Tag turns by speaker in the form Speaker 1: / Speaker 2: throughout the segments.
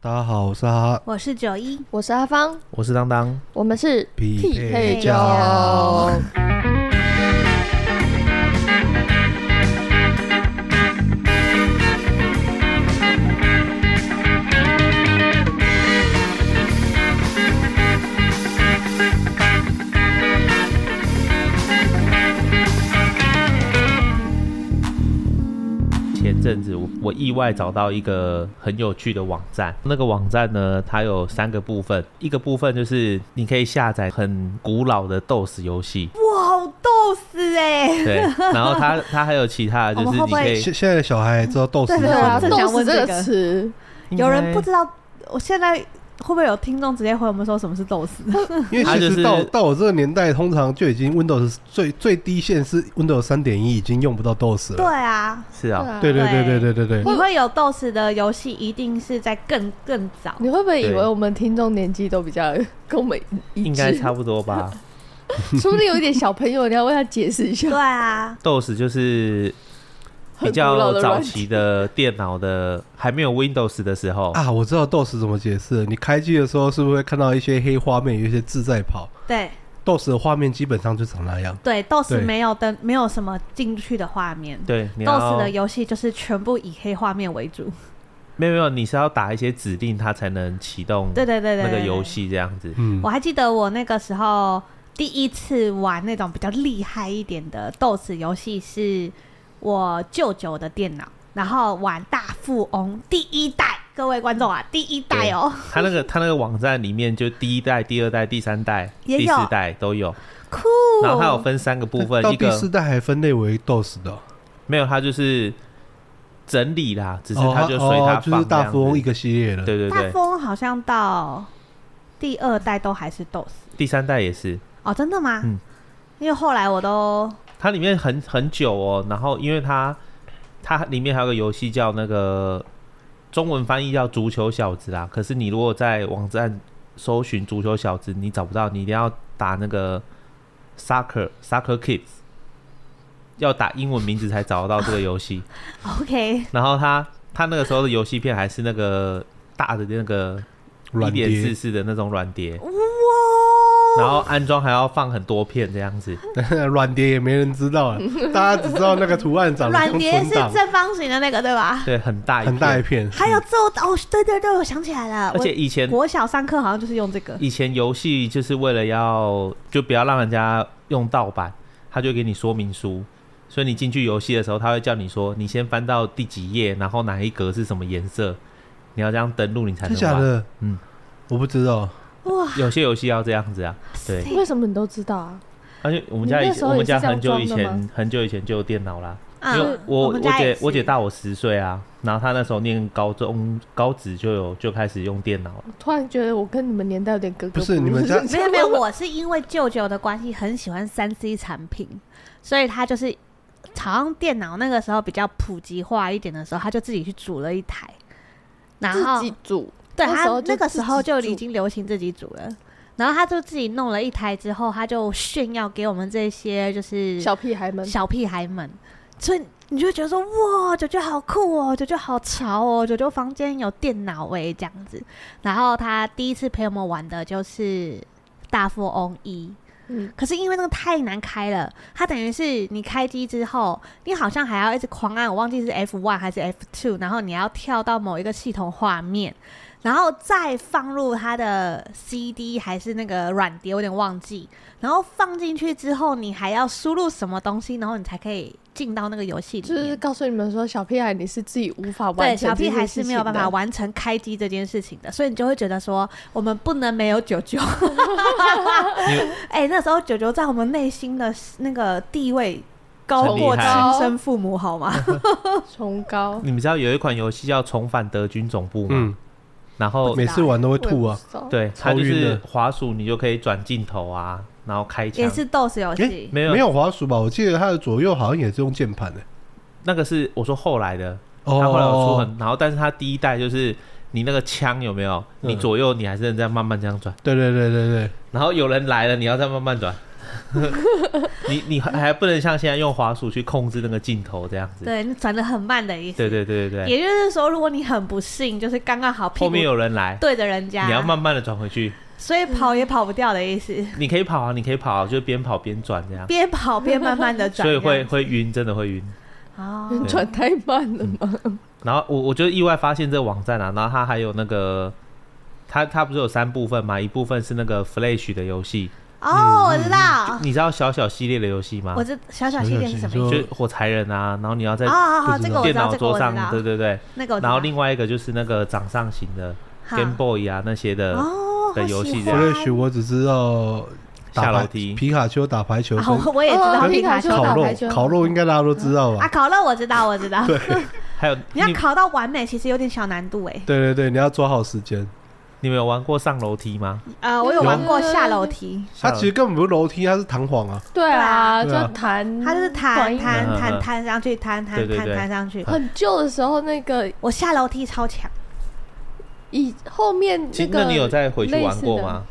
Speaker 1: 大家好，我是哈哈
Speaker 2: 我是九一，
Speaker 3: 我是阿芳，
Speaker 4: 我是当当，
Speaker 3: 我们是
Speaker 1: 匹
Speaker 2: 配
Speaker 3: 交
Speaker 2: 交。
Speaker 4: 前阵子我我意外找到一个很有趣的网站，那个网站呢，它有三个部分，一个部分就是你可以下载很古老 的 DOS E 游戏，
Speaker 2: 哇，好逗死哎、
Speaker 4: 对，然后它它还有其他的，就
Speaker 2: 我
Speaker 4: 是
Speaker 2: 们会
Speaker 4: 你
Speaker 2: 不会
Speaker 4: 可以
Speaker 1: 哎现现在的小孩知道豆是
Speaker 2: 对
Speaker 1: 什
Speaker 3: 对
Speaker 2: 对
Speaker 1: 么
Speaker 3: 啊，
Speaker 2: 我正
Speaker 1: 吗？
Speaker 2: 想
Speaker 3: 动
Speaker 2: 问
Speaker 3: 词
Speaker 2: 这个
Speaker 3: 这个词，
Speaker 2: 有人不知
Speaker 4: 道，
Speaker 2: 道，我现在会不会有听众直接回我们说什么是豆丝？
Speaker 1: 因为
Speaker 4: 它
Speaker 1: 其
Speaker 4: 就
Speaker 1: 实
Speaker 4: 是
Speaker 1: 到到我这个年代，通常就已经 Windows 最最低限是 Windows 三点一，已经用不到豆豉
Speaker 2: 对
Speaker 1: 了。
Speaker 2: 啊，
Speaker 4: 是啊，
Speaker 1: 对对对对
Speaker 2: 对
Speaker 1: 对对对
Speaker 2: 你会有豆丝的游戏，一定是在更更 早。
Speaker 3: 你会不会以
Speaker 4: 对
Speaker 3: 为我们听众年纪都比较跟我们一致？
Speaker 4: 应该差不 多吧。
Speaker 3: 说不定有一点小朋友，你要为他解释一下
Speaker 2: 对。啊，
Speaker 4: DOS E 就是 比
Speaker 3: 很古老
Speaker 4: 较
Speaker 3: 的
Speaker 4: 早
Speaker 3: 软
Speaker 4: 期的电脑的，还没有 Windows 的时候，
Speaker 1: 啊，我知道豆豉怎么解释了。你开机的时候是不是会看到一些黑画面，有一些字在跑？
Speaker 2: 对
Speaker 1: 豆豉的画面基本上就长那样。
Speaker 2: 对，豆丝
Speaker 1: 对
Speaker 2: 没有灯，没有什么进去的画面。
Speaker 4: 对，你要
Speaker 2: DOS E 的游戏就是全部以黑画面为主，
Speaker 4: 没有没有，你是要打一些指令，它才能启动
Speaker 2: 对对对对
Speaker 4: 那个
Speaker 2: 对
Speaker 4: 游戏这样子。
Speaker 1: 嗯
Speaker 2: 我，还记得我那个时候第一次玩那种比较厉害一点的 DOS 游戏，是我舅舅的电脑，然后玩大富翁第一代。各位观众啊，第一代哦，
Speaker 4: 他那个他那个网站里面就第一代、第二代、第三代、
Speaker 2: 也
Speaker 4: 第
Speaker 2: 有
Speaker 4: 四代都有，
Speaker 2: 酷。
Speaker 4: 然后它有分三个部分，
Speaker 1: 哦到
Speaker 4: 一
Speaker 1: 第四
Speaker 4: 个
Speaker 1: 代还分类为豆豉的哦，
Speaker 4: 没有，它就是整理啦，只是
Speaker 1: 哦
Speaker 4: 它就随
Speaker 1: 哦
Speaker 4: 它
Speaker 1: 就是
Speaker 4: 放这
Speaker 1: 大
Speaker 4: 样子。
Speaker 1: 富翁一个系列了。
Speaker 4: 对对
Speaker 2: 大
Speaker 4: 对
Speaker 2: 富，翁好像到第二代都还是 DOS
Speaker 4: 第三代也是，
Speaker 2: 哦，真的吗？
Speaker 4: 嗯
Speaker 2: 因为后来我都
Speaker 4: 它里面很很久哦，然后因为它它里面还有个游戏叫那个中文翻译叫足球小子啊啦，可是你如果在网站搜寻足球小子，你找不到，你一定要打那个 soccer soccer kids，要打英文名字才找得到这个游戏。
Speaker 2: OK
Speaker 4: 然后他他那个时候的游戏片还是那个大的那个一
Speaker 1: 软
Speaker 4: 点四
Speaker 1: 碟。
Speaker 4: 四的那种软碟，
Speaker 2: 哇，
Speaker 4: 然后安装还要放很多片这样子。
Speaker 1: 软碟也没人知道 了，大家只知道那个图案长得像
Speaker 2: 软碟
Speaker 1: 存
Speaker 2: 是
Speaker 1: 档，
Speaker 2: 正方形的那个对吧？
Speaker 4: 对，很大一
Speaker 1: 很大一
Speaker 4: 片
Speaker 1: 片。
Speaker 2: 还有这哦，对对对，我想起来了，
Speaker 4: 而且以
Speaker 2: 啊我
Speaker 4: 前
Speaker 2: 国小上课好像就是用这个。
Speaker 4: 以前游戏就是为了要就不要让人家用盗版，他就给你说明书。所以你进去游戏的时候，他会叫你说，你先翻到第几页，然后哪一格是什么颜色，你要这样登录你才
Speaker 1: 真
Speaker 4: 能
Speaker 1: 假
Speaker 4: 玩。
Speaker 1: 的？
Speaker 4: 嗯，
Speaker 1: 我不知道。
Speaker 2: 哇
Speaker 4: 有些游戏要这样子啊，对。
Speaker 2: 塞
Speaker 3: 为什么你都知道啊？
Speaker 4: 而且我们家以
Speaker 3: 你那
Speaker 4: 前
Speaker 3: 时候
Speaker 4: 我们家
Speaker 3: 也是这样
Speaker 4: 很久以
Speaker 3: 装的吗
Speaker 4: 前很久以前就有电脑啦，
Speaker 2: 啊
Speaker 4: 因为我
Speaker 2: 们
Speaker 4: 我
Speaker 2: 家也
Speaker 4: 姐
Speaker 2: 是
Speaker 4: 我姐大我十岁啊，然后她那时候念高中高职就有就开始用电脑了
Speaker 3: 我，突然觉得我跟你们年代有点格格
Speaker 1: 不是你 们家
Speaker 2: 没有没有，我是因为舅舅的关系很喜欢三 C 产品，所以他就是好像电脑那个时候比较普及化一点的时候，他就自己去组了一台，然后
Speaker 3: 自己煮，
Speaker 2: 对
Speaker 3: 那时
Speaker 2: 他
Speaker 3: 候就
Speaker 2: 那个时候就
Speaker 3: 自己
Speaker 2: 已
Speaker 3: 煮
Speaker 2: 经流行自己组了。然后他就自己弄了一台之后，他就炫耀给我们这些就是
Speaker 3: 小屁孩们
Speaker 2: 小屁孩们，所以你就会觉得说哇，九九好酷哦，九九好潮哦，九九房间有电脑哎、这样子。然后他第一次陪我们玩的就是大富翁一。
Speaker 3: 嗯
Speaker 2: 可是因为那个太难开了，它等于是你开机之后，你好像还要一直狂按，我忘记是 F one 还是 F two，然后你要跳到某一个系统画面，然后再放入它的 CD 还是那个软碟，我有点忘记。然后放进去之后，你还要输入什么东西，然后你才可以进到那个游戏里
Speaker 3: 就是
Speaker 2: 面。
Speaker 3: 告诉你们说，小屁孩你是自己无法
Speaker 2: 对，
Speaker 3: 完成
Speaker 2: 小屁
Speaker 3: 这件
Speaker 2: 孩
Speaker 3: 事
Speaker 2: 是
Speaker 3: 情
Speaker 2: 没有办法
Speaker 3: 的。
Speaker 2: 完成开机这件事情的，所以你就会觉得说，我们不能没有九九。 哎、那时候九九在我们内心的那个地位高
Speaker 4: 很厉
Speaker 2: 过亲
Speaker 4: 害
Speaker 2: 生父母，好吗？
Speaker 3: 崇高。
Speaker 4: 你们知道有一款游戏叫《重返德军总部》吗？
Speaker 1: 嗯，
Speaker 4: 然后
Speaker 1: 每次玩都会吐啊。
Speaker 3: 我也不知道！
Speaker 4: 对，它
Speaker 1: 超
Speaker 4: 就
Speaker 1: 晕
Speaker 4: 是
Speaker 1: 的
Speaker 4: 滑鼠你就可以转镜头啊，然后开枪
Speaker 2: 也，是 DOS 游
Speaker 1: 诶
Speaker 2: 戏，
Speaker 4: 没有
Speaker 1: 没有滑鼠吧？我记得它的左右好像也是用键盘的。
Speaker 4: 那个是我说后来的，
Speaker 1: 哦
Speaker 4: 它后来有出很，然后但是它第一代就是你那个枪有没有，你
Speaker 1: 嗯
Speaker 4: 左右你还是能这样慢慢这样转，
Speaker 1: 对对对对对，
Speaker 4: 然后有人来了你要再慢慢转，你你还还不能像现在用滑鼠去控制那个镜头这样子。
Speaker 2: 对，你转的很慢的意思。
Speaker 4: 对对对对对，
Speaker 2: 也就是说，如果你很不幸，就是刚刚好屁
Speaker 4: 后
Speaker 2: 股
Speaker 4: 面有人来，
Speaker 2: 对啊着人家，
Speaker 4: 你要慢慢的转回去。
Speaker 2: 所以跑也跑不掉的意思，
Speaker 4: 你可以跑啊，你可以跑、啊，就边跑边转这样。
Speaker 2: 边跑边慢慢的转
Speaker 4: 所
Speaker 2: 这
Speaker 4: 以
Speaker 2: 样子，
Speaker 4: 会嗯会晕，真的会晕。
Speaker 2: 哦，
Speaker 3: 转太慢了嘛。
Speaker 4: 然后我我就意外发现这个网站啊，然后它还有那个，它它不是有三部分吗？一部分是那个 Flash 的游戏，
Speaker 2: 哦，我知道，
Speaker 4: 你知道小小系列的游戏吗
Speaker 2: 我？这小小系列是什么意
Speaker 1: 我
Speaker 2: 思？
Speaker 4: 就是火柴人啊，然后你要在
Speaker 2: 哦，好好，
Speaker 1: 不知
Speaker 2: 这个
Speaker 1: 道
Speaker 2: 我
Speaker 4: 电
Speaker 2: 知道，
Speaker 4: 脑
Speaker 2: 这个我
Speaker 4: 桌
Speaker 2: 知
Speaker 4: 上，
Speaker 2: 道
Speaker 4: 对，对对。
Speaker 2: 那个我知
Speaker 4: 然
Speaker 2: 道
Speaker 4: 后。另外一个就是那个掌上型的
Speaker 2: 哈
Speaker 4: Game Boy 啊那些的，
Speaker 2: 哦，
Speaker 4: 的
Speaker 2: 好
Speaker 4: 游戏
Speaker 2: 喜
Speaker 4: 这
Speaker 2: 欢
Speaker 4: 样
Speaker 1: Flash 我只知道打
Speaker 4: 下
Speaker 1: 排
Speaker 4: 楼梯
Speaker 1: 皮卡丘打排球
Speaker 2: 啊
Speaker 1: 跟
Speaker 2: 我我也知道
Speaker 3: 哦
Speaker 2: 皮卡丘
Speaker 3: 皮卡丘
Speaker 1: 烤
Speaker 3: 打
Speaker 1: 肉
Speaker 3: 排球，
Speaker 1: 烤肉应该大家都知道
Speaker 2: 啊，
Speaker 1: 吧？
Speaker 2: 烤肉我知道，我知道。
Speaker 4: 还有
Speaker 2: 你要
Speaker 4: 你
Speaker 2: 烤到完美，其实有点小难度哎。
Speaker 1: 对对对，你要抓好时间。
Speaker 4: 你们有玩过上楼梯吗？
Speaker 2: 呃，我
Speaker 1: 有
Speaker 2: 有玩过下楼梯，
Speaker 1: 它其实根本不是楼梯，它是弹簧啊。
Speaker 3: 对啊，就
Speaker 1: 对啊
Speaker 3: 弹，
Speaker 2: 它就是弹
Speaker 4: 嗯
Speaker 2: 弹
Speaker 4: 嗯
Speaker 2: 弹
Speaker 4: 嗯
Speaker 2: 弹上去，弹弹
Speaker 4: 对对
Speaker 2: 弹
Speaker 4: 对
Speaker 2: 弹上去。
Speaker 3: 很旧的时候，那个
Speaker 2: 我下楼梯超强，
Speaker 3: 以后面
Speaker 4: 其
Speaker 3: 那
Speaker 4: 那
Speaker 3: 个，
Speaker 4: 你有再回去玩过吗？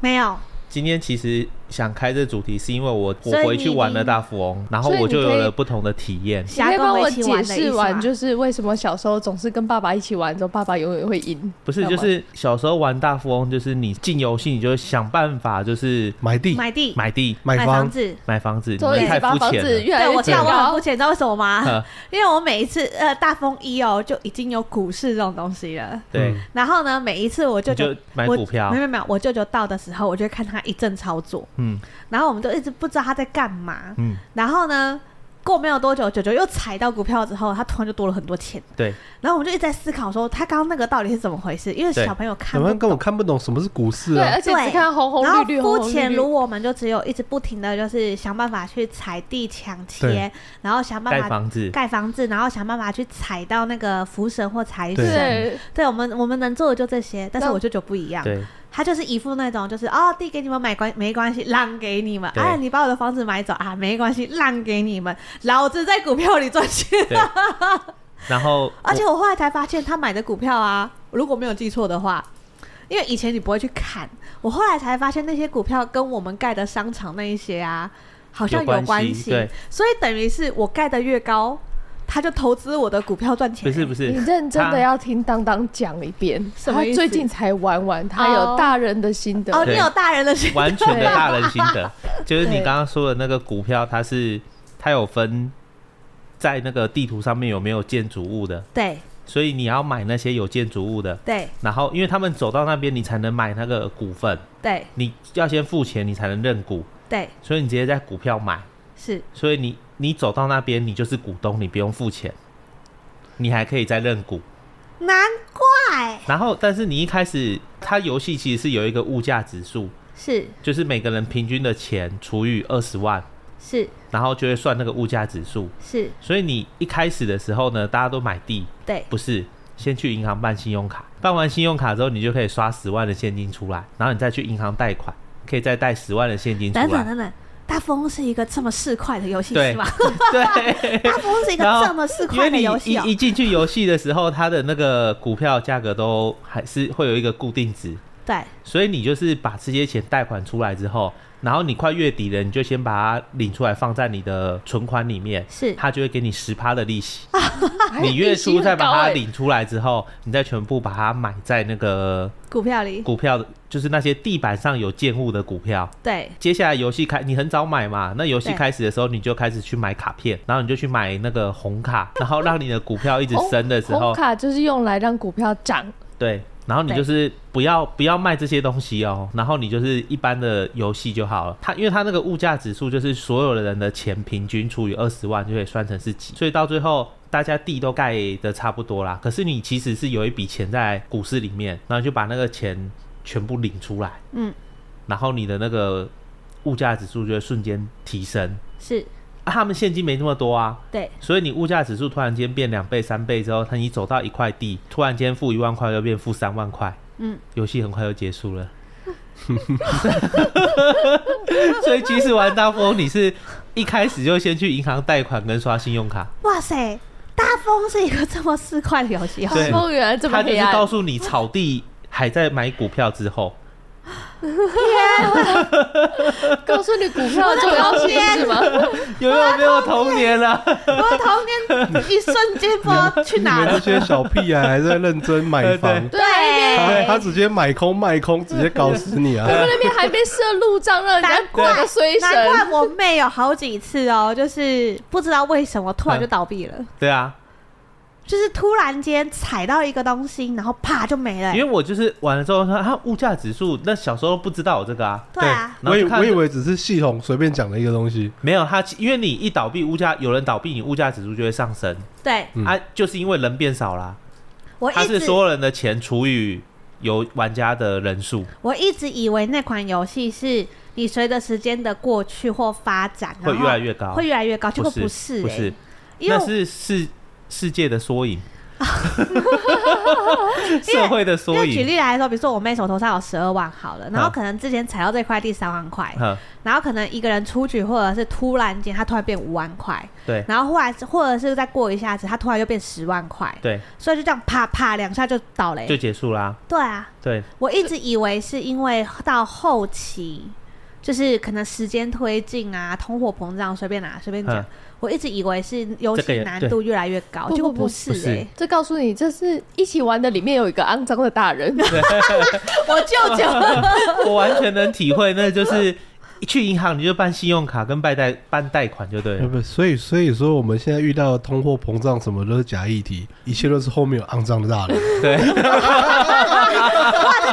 Speaker 2: 没有，
Speaker 4: 今天其实想开这主题，是因为我我
Speaker 2: 所以你
Speaker 4: 回去玩
Speaker 2: 已
Speaker 4: 了
Speaker 2: 经
Speaker 4: 大富翁，然后
Speaker 3: 所以
Speaker 4: 我
Speaker 3: 你
Speaker 4: 就有
Speaker 3: 可以
Speaker 4: 了不同的体验。
Speaker 3: 你可以
Speaker 2: 霞跟
Speaker 3: 帮
Speaker 2: 我
Speaker 3: 我
Speaker 2: 一起
Speaker 3: 解
Speaker 2: 玩的意
Speaker 3: 释
Speaker 2: 思
Speaker 3: 完，
Speaker 2: 吗？
Speaker 3: 就是为什么小时候总是跟爸爸一起玩，之后爸爸永远会赢。
Speaker 4: 不是，
Speaker 3: 干
Speaker 4: 就
Speaker 3: 嘛
Speaker 4: 是小时候玩大富翁，就是你进游戏，你就想办法，就是
Speaker 1: 买地、
Speaker 2: 买地、
Speaker 4: 买地、
Speaker 1: 买
Speaker 2: 房
Speaker 1: 房，
Speaker 2: 子。
Speaker 4: 买房子，你
Speaker 3: 之后
Speaker 4: 们
Speaker 3: 一
Speaker 4: 太
Speaker 3: 直把
Speaker 4: 肤
Speaker 3: 房
Speaker 4: 浅
Speaker 3: 子啊
Speaker 4: 了。呃
Speaker 3: 越来
Speaker 2: 对，
Speaker 3: 越
Speaker 2: 我知道
Speaker 3: 高
Speaker 2: 我很肤浅，你知道为什么吗？
Speaker 4: 呵
Speaker 2: 因为我每一次呃大风一哦就已经有股市这种东西了，
Speaker 4: 对，
Speaker 1: 嗯
Speaker 2: 然后呢每一次我舅
Speaker 4: 你
Speaker 2: 舅
Speaker 4: 就买
Speaker 2: 我
Speaker 4: 股票
Speaker 2: 没，有没有，我舅舅到的时候，我就会看他一阵操作，
Speaker 4: 嗯
Speaker 2: 然后我们都一直不知道他在干嘛。
Speaker 4: 嗯，
Speaker 2: 然后呢，过没有多久，九九又踩到股票之后，他突然就多了很多钱。
Speaker 4: 对，
Speaker 2: 然后我们就一直在思考说，他刚刚那个到底是怎么回事？因为
Speaker 4: 对
Speaker 2: 小朋友看
Speaker 1: 小朋友
Speaker 2: 不
Speaker 1: 根本
Speaker 2: 懂。
Speaker 1: 看不懂什么是股市
Speaker 3: 对，
Speaker 1: 啊。
Speaker 3: 而且只看红红
Speaker 2: 然后
Speaker 3: 绿绿，红
Speaker 2: 肤
Speaker 3: 红
Speaker 2: 浅
Speaker 3: 绿
Speaker 2: 如
Speaker 3: 绿。
Speaker 2: 我们就只有一直不停的就是想办法去踩地抢切
Speaker 1: 对，
Speaker 2: 然后想办
Speaker 4: 盖
Speaker 2: 法
Speaker 4: 房子，
Speaker 2: 盖房子，然后想办法去踩到那个福神或财
Speaker 1: 对
Speaker 2: 神。
Speaker 3: 对，
Speaker 2: 对，我们我们能做的就这些，但是
Speaker 3: 那
Speaker 2: 我舅舅不一样。
Speaker 4: 对
Speaker 2: 他就是一副那种，就是哦，地给你们买关没关系，让给你们，
Speaker 4: 对
Speaker 2: 哎，你把我的房子买走啊，没关系，让给你们，老子在股票里赚钱。
Speaker 4: 对。然后我，
Speaker 2: 而且我后来才发现，他买的股票啊，如果没有记错的话，因为以前你不会去看，我后来才发现那些股票跟我们盖的商场那一些啊，好像
Speaker 4: 有关
Speaker 2: 有
Speaker 4: 系
Speaker 2: 关
Speaker 4: 对
Speaker 2: 所以等于是我盖的越高，他就投资我的股票赚钱。
Speaker 4: 不是不
Speaker 3: 你
Speaker 4: 是，
Speaker 3: 认真
Speaker 4: 他
Speaker 3: 的要听当当讲一遍。
Speaker 2: 什么
Speaker 3: 他
Speaker 2: 意思
Speaker 3: 最近才玩完，
Speaker 2: 哦
Speaker 3: 他有大人的心得。
Speaker 2: 哦，
Speaker 4: 对
Speaker 2: 你有大人的心，
Speaker 4: 完全的大人心 得，就是你
Speaker 3: 啊对
Speaker 4: 刚刚说的那个股票，它是它有分在那个地图上面有没有建筑物的，
Speaker 2: 对
Speaker 4: 所以你要买那些有建筑物的，
Speaker 2: 对
Speaker 4: 然后因为他们走到那边，你才能买那个股份，
Speaker 2: 对
Speaker 4: 你要先付钱，你才能认股，
Speaker 2: 对，
Speaker 4: 所以你直接在股票买，
Speaker 2: 是
Speaker 4: 所以你你走到那边，你就是股东，你不用付钱，你还可以再认股。
Speaker 2: 难怪
Speaker 4: 然后，但是你一开始，它游戏其实是有一个物价指数，
Speaker 2: 是
Speaker 4: 就是每个人平均的钱除以二十万，
Speaker 2: 是
Speaker 4: 然后就会算那个物价指数。
Speaker 2: 是，
Speaker 4: 所以你一开始的时候呢，大家都买地，
Speaker 2: 对
Speaker 4: 不是先去银行办信用卡，办完信用卡之后，你就可以刷十万的现金出来，然后你再去银行贷款，可以再贷十万的现金出
Speaker 2: 等等
Speaker 4: 来。
Speaker 2: 等等，大富翁是一个这么市侩的游 戏
Speaker 4: 啊对
Speaker 2: 是吧？
Speaker 4: 对，
Speaker 2: 大富翁 是一个
Speaker 4: 然后
Speaker 2: 这么市
Speaker 4: 因为
Speaker 2: 侩的
Speaker 4: 你
Speaker 2: 游戏
Speaker 4: 一一
Speaker 2: 哦，
Speaker 4: 进去游戏的时候，它的那个股票价格都还是会有一个固定值，
Speaker 2: 对
Speaker 4: 所以你就是把这些钱贷款出来之后，然后你快月底了，你就先把它领出来放在你的存款里面，
Speaker 2: 是哎
Speaker 4: 它就会给你十趴的利息。
Speaker 3: 还
Speaker 4: 你月
Speaker 3: 利息
Speaker 4: 初
Speaker 3: 哎很
Speaker 4: 再把
Speaker 3: 高
Speaker 4: 它
Speaker 3: 欸
Speaker 4: 领出来之后，你再全部把它买在那个
Speaker 2: 股票里，
Speaker 4: 股票，就是那些地板上有建物的股票。
Speaker 2: 对
Speaker 4: 接下来游戏开，你很早买嘛？那游戏
Speaker 2: 对
Speaker 4: 开始的时候，你就开始去买卡片，然后你就去买那个红卡，然后让你的股票一直
Speaker 3: 红
Speaker 4: 升哦的时候
Speaker 3: 红，卡就是用来让股票涨。
Speaker 4: 对，然后你
Speaker 2: 对
Speaker 4: 就是不要不要卖这些东西哦，然后你就是一般的游戏就好了。它因为它那个物价指数就是所有的人的钱平均除以二十万就可以算成是几，所以到最后大家地都盖的差不多啦。可是你其实是有一笔钱在股市里面，然后就把那个钱全部领出来，
Speaker 2: 嗯，
Speaker 4: 然后你的那个物价指数就会瞬间提升。
Speaker 2: 是，
Speaker 4: 啊、他们现金没那么多啊，
Speaker 2: 对
Speaker 4: 所以你物价指数突然间变两倍、三倍之后，它你走到一块地，突然间负一万块又变负三万块，
Speaker 2: 嗯，
Speaker 4: 游戏很快就结束了。所以即使玩大富翁，你是一开始就先去银行贷款跟刷信用卡，
Speaker 2: 哇塞，大富翁是一个这么市侩的游戏哦，
Speaker 4: 对
Speaker 3: 风原来这么
Speaker 4: 他就
Speaker 3: 黑
Speaker 4: 是
Speaker 3: 暗
Speaker 4: 告，诉你炒地还在买股票之后，
Speaker 3: 告诉你股票的重要性是吗？
Speaker 4: 有没有没有童年啊？，
Speaker 2: 我童年一瞬间不知道去
Speaker 1: 你
Speaker 2: 哪
Speaker 1: 们
Speaker 2: 了
Speaker 1: 这。些小屁孩还在认真买房
Speaker 3: 对，那
Speaker 1: 他
Speaker 3: 边
Speaker 1: 他直接买空卖空，直接搞死你啊！
Speaker 3: 他们那边还被设路障，让人家
Speaker 2: 难
Speaker 3: 过
Speaker 2: 怪
Speaker 3: 个衰神。
Speaker 2: 难怪我妹有好几次哦，就是不知道为什么突然就倒闭了，
Speaker 4: 对啊，
Speaker 2: 就是突然间踩到一个东西，然后啪就没了、
Speaker 4: 因为我就是玩了之后，它物价指数，那小时候不知道有这个啊。
Speaker 2: 对啊，
Speaker 1: 我
Speaker 4: 然后
Speaker 1: 以
Speaker 4: 就看
Speaker 1: 我以为只是系统随便讲的一个东西，
Speaker 4: 没有它，因为你一倒闭，物价有人倒闭，你物价指数就会上升
Speaker 2: 对
Speaker 1: 嗯
Speaker 4: 啊，就是因为人变少啦。
Speaker 2: 我
Speaker 4: 它
Speaker 2: 一
Speaker 4: 是
Speaker 2: 直
Speaker 4: 所有人的钱除以有玩家的人数，
Speaker 2: 我一直以为那款游戏是你随着时间的过去或发展，
Speaker 4: 会
Speaker 2: 然后
Speaker 4: 越来越高
Speaker 2: 会越来越高，结果
Speaker 4: 不
Speaker 2: 是、欸，
Speaker 4: 不是，
Speaker 2: 因为
Speaker 4: 那
Speaker 2: 我
Speaker 4: 是世世界的 缩影，社会的
Speaker 2: 因
Speaker 4: 缩
Speaker 2: 为举
Speaker 4: 影。
Speaker 2: 例来说，比如说我妹手头上有十二万好了，然后
Speaker 4: 嗯
Speaker 2: 可能之前踩到这块地三万块，
Speaker 4: 哼，
Speaker 2: 然后可能一个人出局，或者是突然间他突然变五万块，
Speaker 4: 对
Speaker 2: 然后后来或者是再过一下子，他突然又变十万块，
Speaker 4: 对，
Speaker 2: 所以就这样啪啪两下就倒嘞、
Speaker 4: 就结束啦。
Speaker 2: 对啊，
Speaker 4: 对，
Speaker 2: 我一直以为是因为到后期，就是可能时间推进啊，通货膨胀，随便拿随便讲
Speaker 4: 嗯，
Speaker 2: 我一直以为是游
Speaker 4: 这个
Speaker 2: 戏
Speaker 4: 也
Speaker 2: 难
Speaker 4: 对
Speaker 2: 度越来越高，
Speaker 3: 不
Speaker 2: 结果
Speaker 3: 不不
Speaker 2: 是
Speaker 4: 不是
Speaker 2: 哎、
Speaker 3: 这告诉你，这是一起玩的里面有一个肮脏的大人，
Speaker 2: 我舅舅
Speaker 4: 我完全能体会，那就是一去银行你就办信用卡跟办贷办贷款就对
Speaker 1: 对
Speaker 4: 了。
Speaker 1: 不对？所以所以说我们现在遇到的通货膨胀什么都是假议题，一切都是后面有肮脏的大人。
Speaker 4: 对，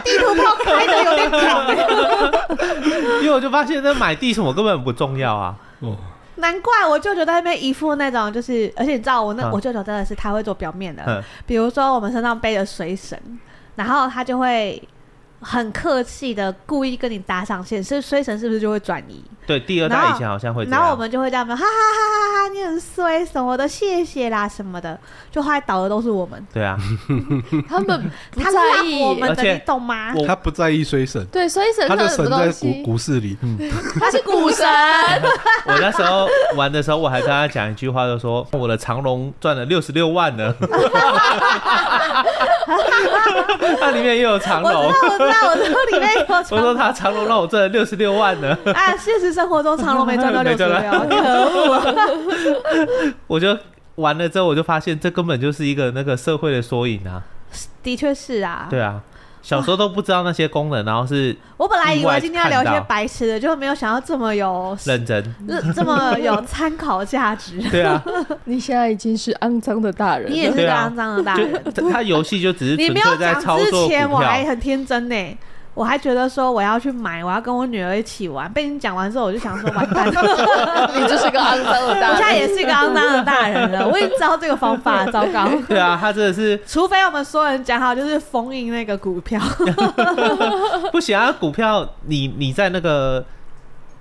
Speaker 2: 地图炮开的有点广欸、
Speaker 4: 因为我就发现那买地什么根本不重要啊。
Speaker 1: 哦，
Speaker 2: 难怪我舅舅在那边一副那种就是，而且你知道我那、
Speaker 4: 嗯
Speaker 2: 我舅舅真的是他会做表面的，
Speaker 4: 嗯，
Speaker 2: 比如说我们身上背着水神，然后他就会很客气的故意跟你搭上线，是水神是不是就会转移？
Speaker 4: 对，第二
Speaker 2: 然
Speaker 4: 代
Speaker 2: 后
Speaker 4: 以前好像会这
Speaker 2: 然后我
Speaker 4: 样。
Speaker 2: 们就会这样哈哈哈哈哈，你很衰什么的，谢谢啦什么的，就后来倒的都是我们，
Speaker 4: 对啊，
Speaker 3: 他们不
Speaker 2: 他
Speaker 3: 在
Speaker 2: 拉
Speaker 3: 意。
Speaker 2: 我们
Speaker 4: 而
Speaker 2: 的，
Speaker 4: 且
Speaker 2: 你懂吗？
Speaker 1: 他不在意衰 神，
Speaker 3: 对，所以神
Speaker 1: 他
Speaker 3: 上
Speaker 1: 的
Speaker 3: 有什
Speaker 1: 神
Speaker 3: 么
Speaker 1: 在
Speaker 3: 东
Speaker 1: 股
Speaker 3: 西？
Speaker 1: 股市里。
Speaker 3: 他是股神，
Speaker 4: 我那时候玩的时候，我还跟他讲一句话，就说我的长龙赚了六十六万呢。它里面也有长
Speaker 2: 我知道，
Speaker 4: 龙，
Speaker 2: 我知道，我知道里面有
Speaker 4: 我说
Speaker 2: 长
Speaker 4: 他长龙让我赚了六十六万呢，
Speaker 2: 啊，现实生活中长龙没赚到
Speaker 4: 没
Speaker 2: 六十
Speaker 4: 赚
Speaker 2: 六，
Speaker 4: 到
Speaker 2: 可恶啊！
Speaker 4: 我就完了之后，我就发现这根本就是一个那个社会的缩影啊。
Speaker 2: 的确是啊，
Speaker 4: 对啊，小时候都不知道那些功能，然后是
Speaker 2: 我本来以为今天要聊一
Speaker 4: 意外
Speaker 2: 些
Speaker 4: 看到
Speaker 2: 白痴的，就没有想到这么有
Speaker 4: 认真。。
Speaker 2: 这这么有参考价值
Speaker 4: 对啊，
Speaker 3: 你现在已经是肮脏的大人
Speaker 2: 你也
Speaker 3: 了。
Speaker 2: 是个
Speaker 4: 对啊
Speaker 2: 肮脏的大人，
Speaker 4: 就他游戏就只是
Speaker 2: 你
Speaker 4: 纯
Speaker 2: 没有
Speaker 4: 粹在
Speaker 2: 讲
Speaker 4: 操作
Speaker 2: 之
Speaker 4: 股
Speaker 2: 前，我还
Speaker 4: 票。
Speaker 2: 很天真呢、我还觉得说我要去买，我要跟我女儿一起玩。被你讲完之后，我就想说完 蛋，我
Speaker 3: 你就是个肮脏的大人。
Speaker 2: 现在也是一个肮脏的大人 了。我已经知道这个方法，糟糕！
Speaker 4: 对啊，他真的是
Speaker 2: 除非我们所有人讲好，就是封印那个股票。
Speaker 4: 不行啊！股票你你在那个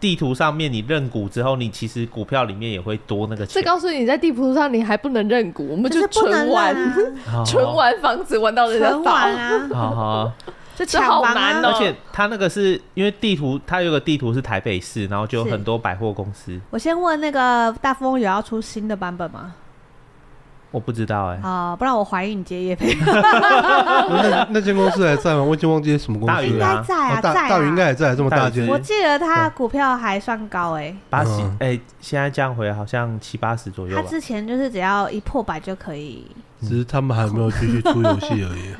Speaker 4: 地图上面，你认股之后，你其实股票里面也会多那个
Speaker 3: 这
Speaker 4: 钱。
Speaker 3: 告诉你在地图上你还不能认股，我们
Speaker 2: 就是不能
Speaker 3: 纯玩，
Speaker 4: 好
Speaker 3: 纯，玩房子玩到人家
Speaker 2: 存完
Speaker 3: 倒。
Speaker 2: 啊，
Speaker 4: 哦好 哦好。
Speaker 2: 就
Speaker 3: 这
Speaker 2: 抢
Speaker 3: 好
Speaker 2: 房
Speaker 3: 难
Speaker 2: 啊
Speaker 3: 哦！
Speaker 4: 而且它那个是因为地图，它有个地图是台北市，然后就有
Speaker 2: 是
Speaker 4: 很多百货公司。
Speaker 2: 我先问那个大富翁有要出新的版本吗？
Speaker 4: 我不知道哎、
Speaker 2: 啊、不然我怀疑你接叶配。
Speaker 1: 那那间公司还在吗？我已经忘记是什么公
Speaker 4: 大
Speaker 1: 司
Speaker 4: 宇
Speaker 2: 应
Speaker 1: 了。
Speaker 2: 该在啊，
Speaker 1: 哦
Speaker 2: 在
Speaker 1: 大大宇应该
Speaker 2: 啊。
Speaker 1: 还在，这么大间
Speaker 4: 大宇。
Speaker 2: 我记得他股票还算高哎、
Speaker 4: 八十
Speaker 1: 嗯
Speaker 4: 哎、现在降回好像七八十左右
Speaker 2: 他
Speaker 4: 吧。
Speaker 2: 之前就是只要一破百就可以，
Speaker 1: 只是他们还没有继续出游戏而已，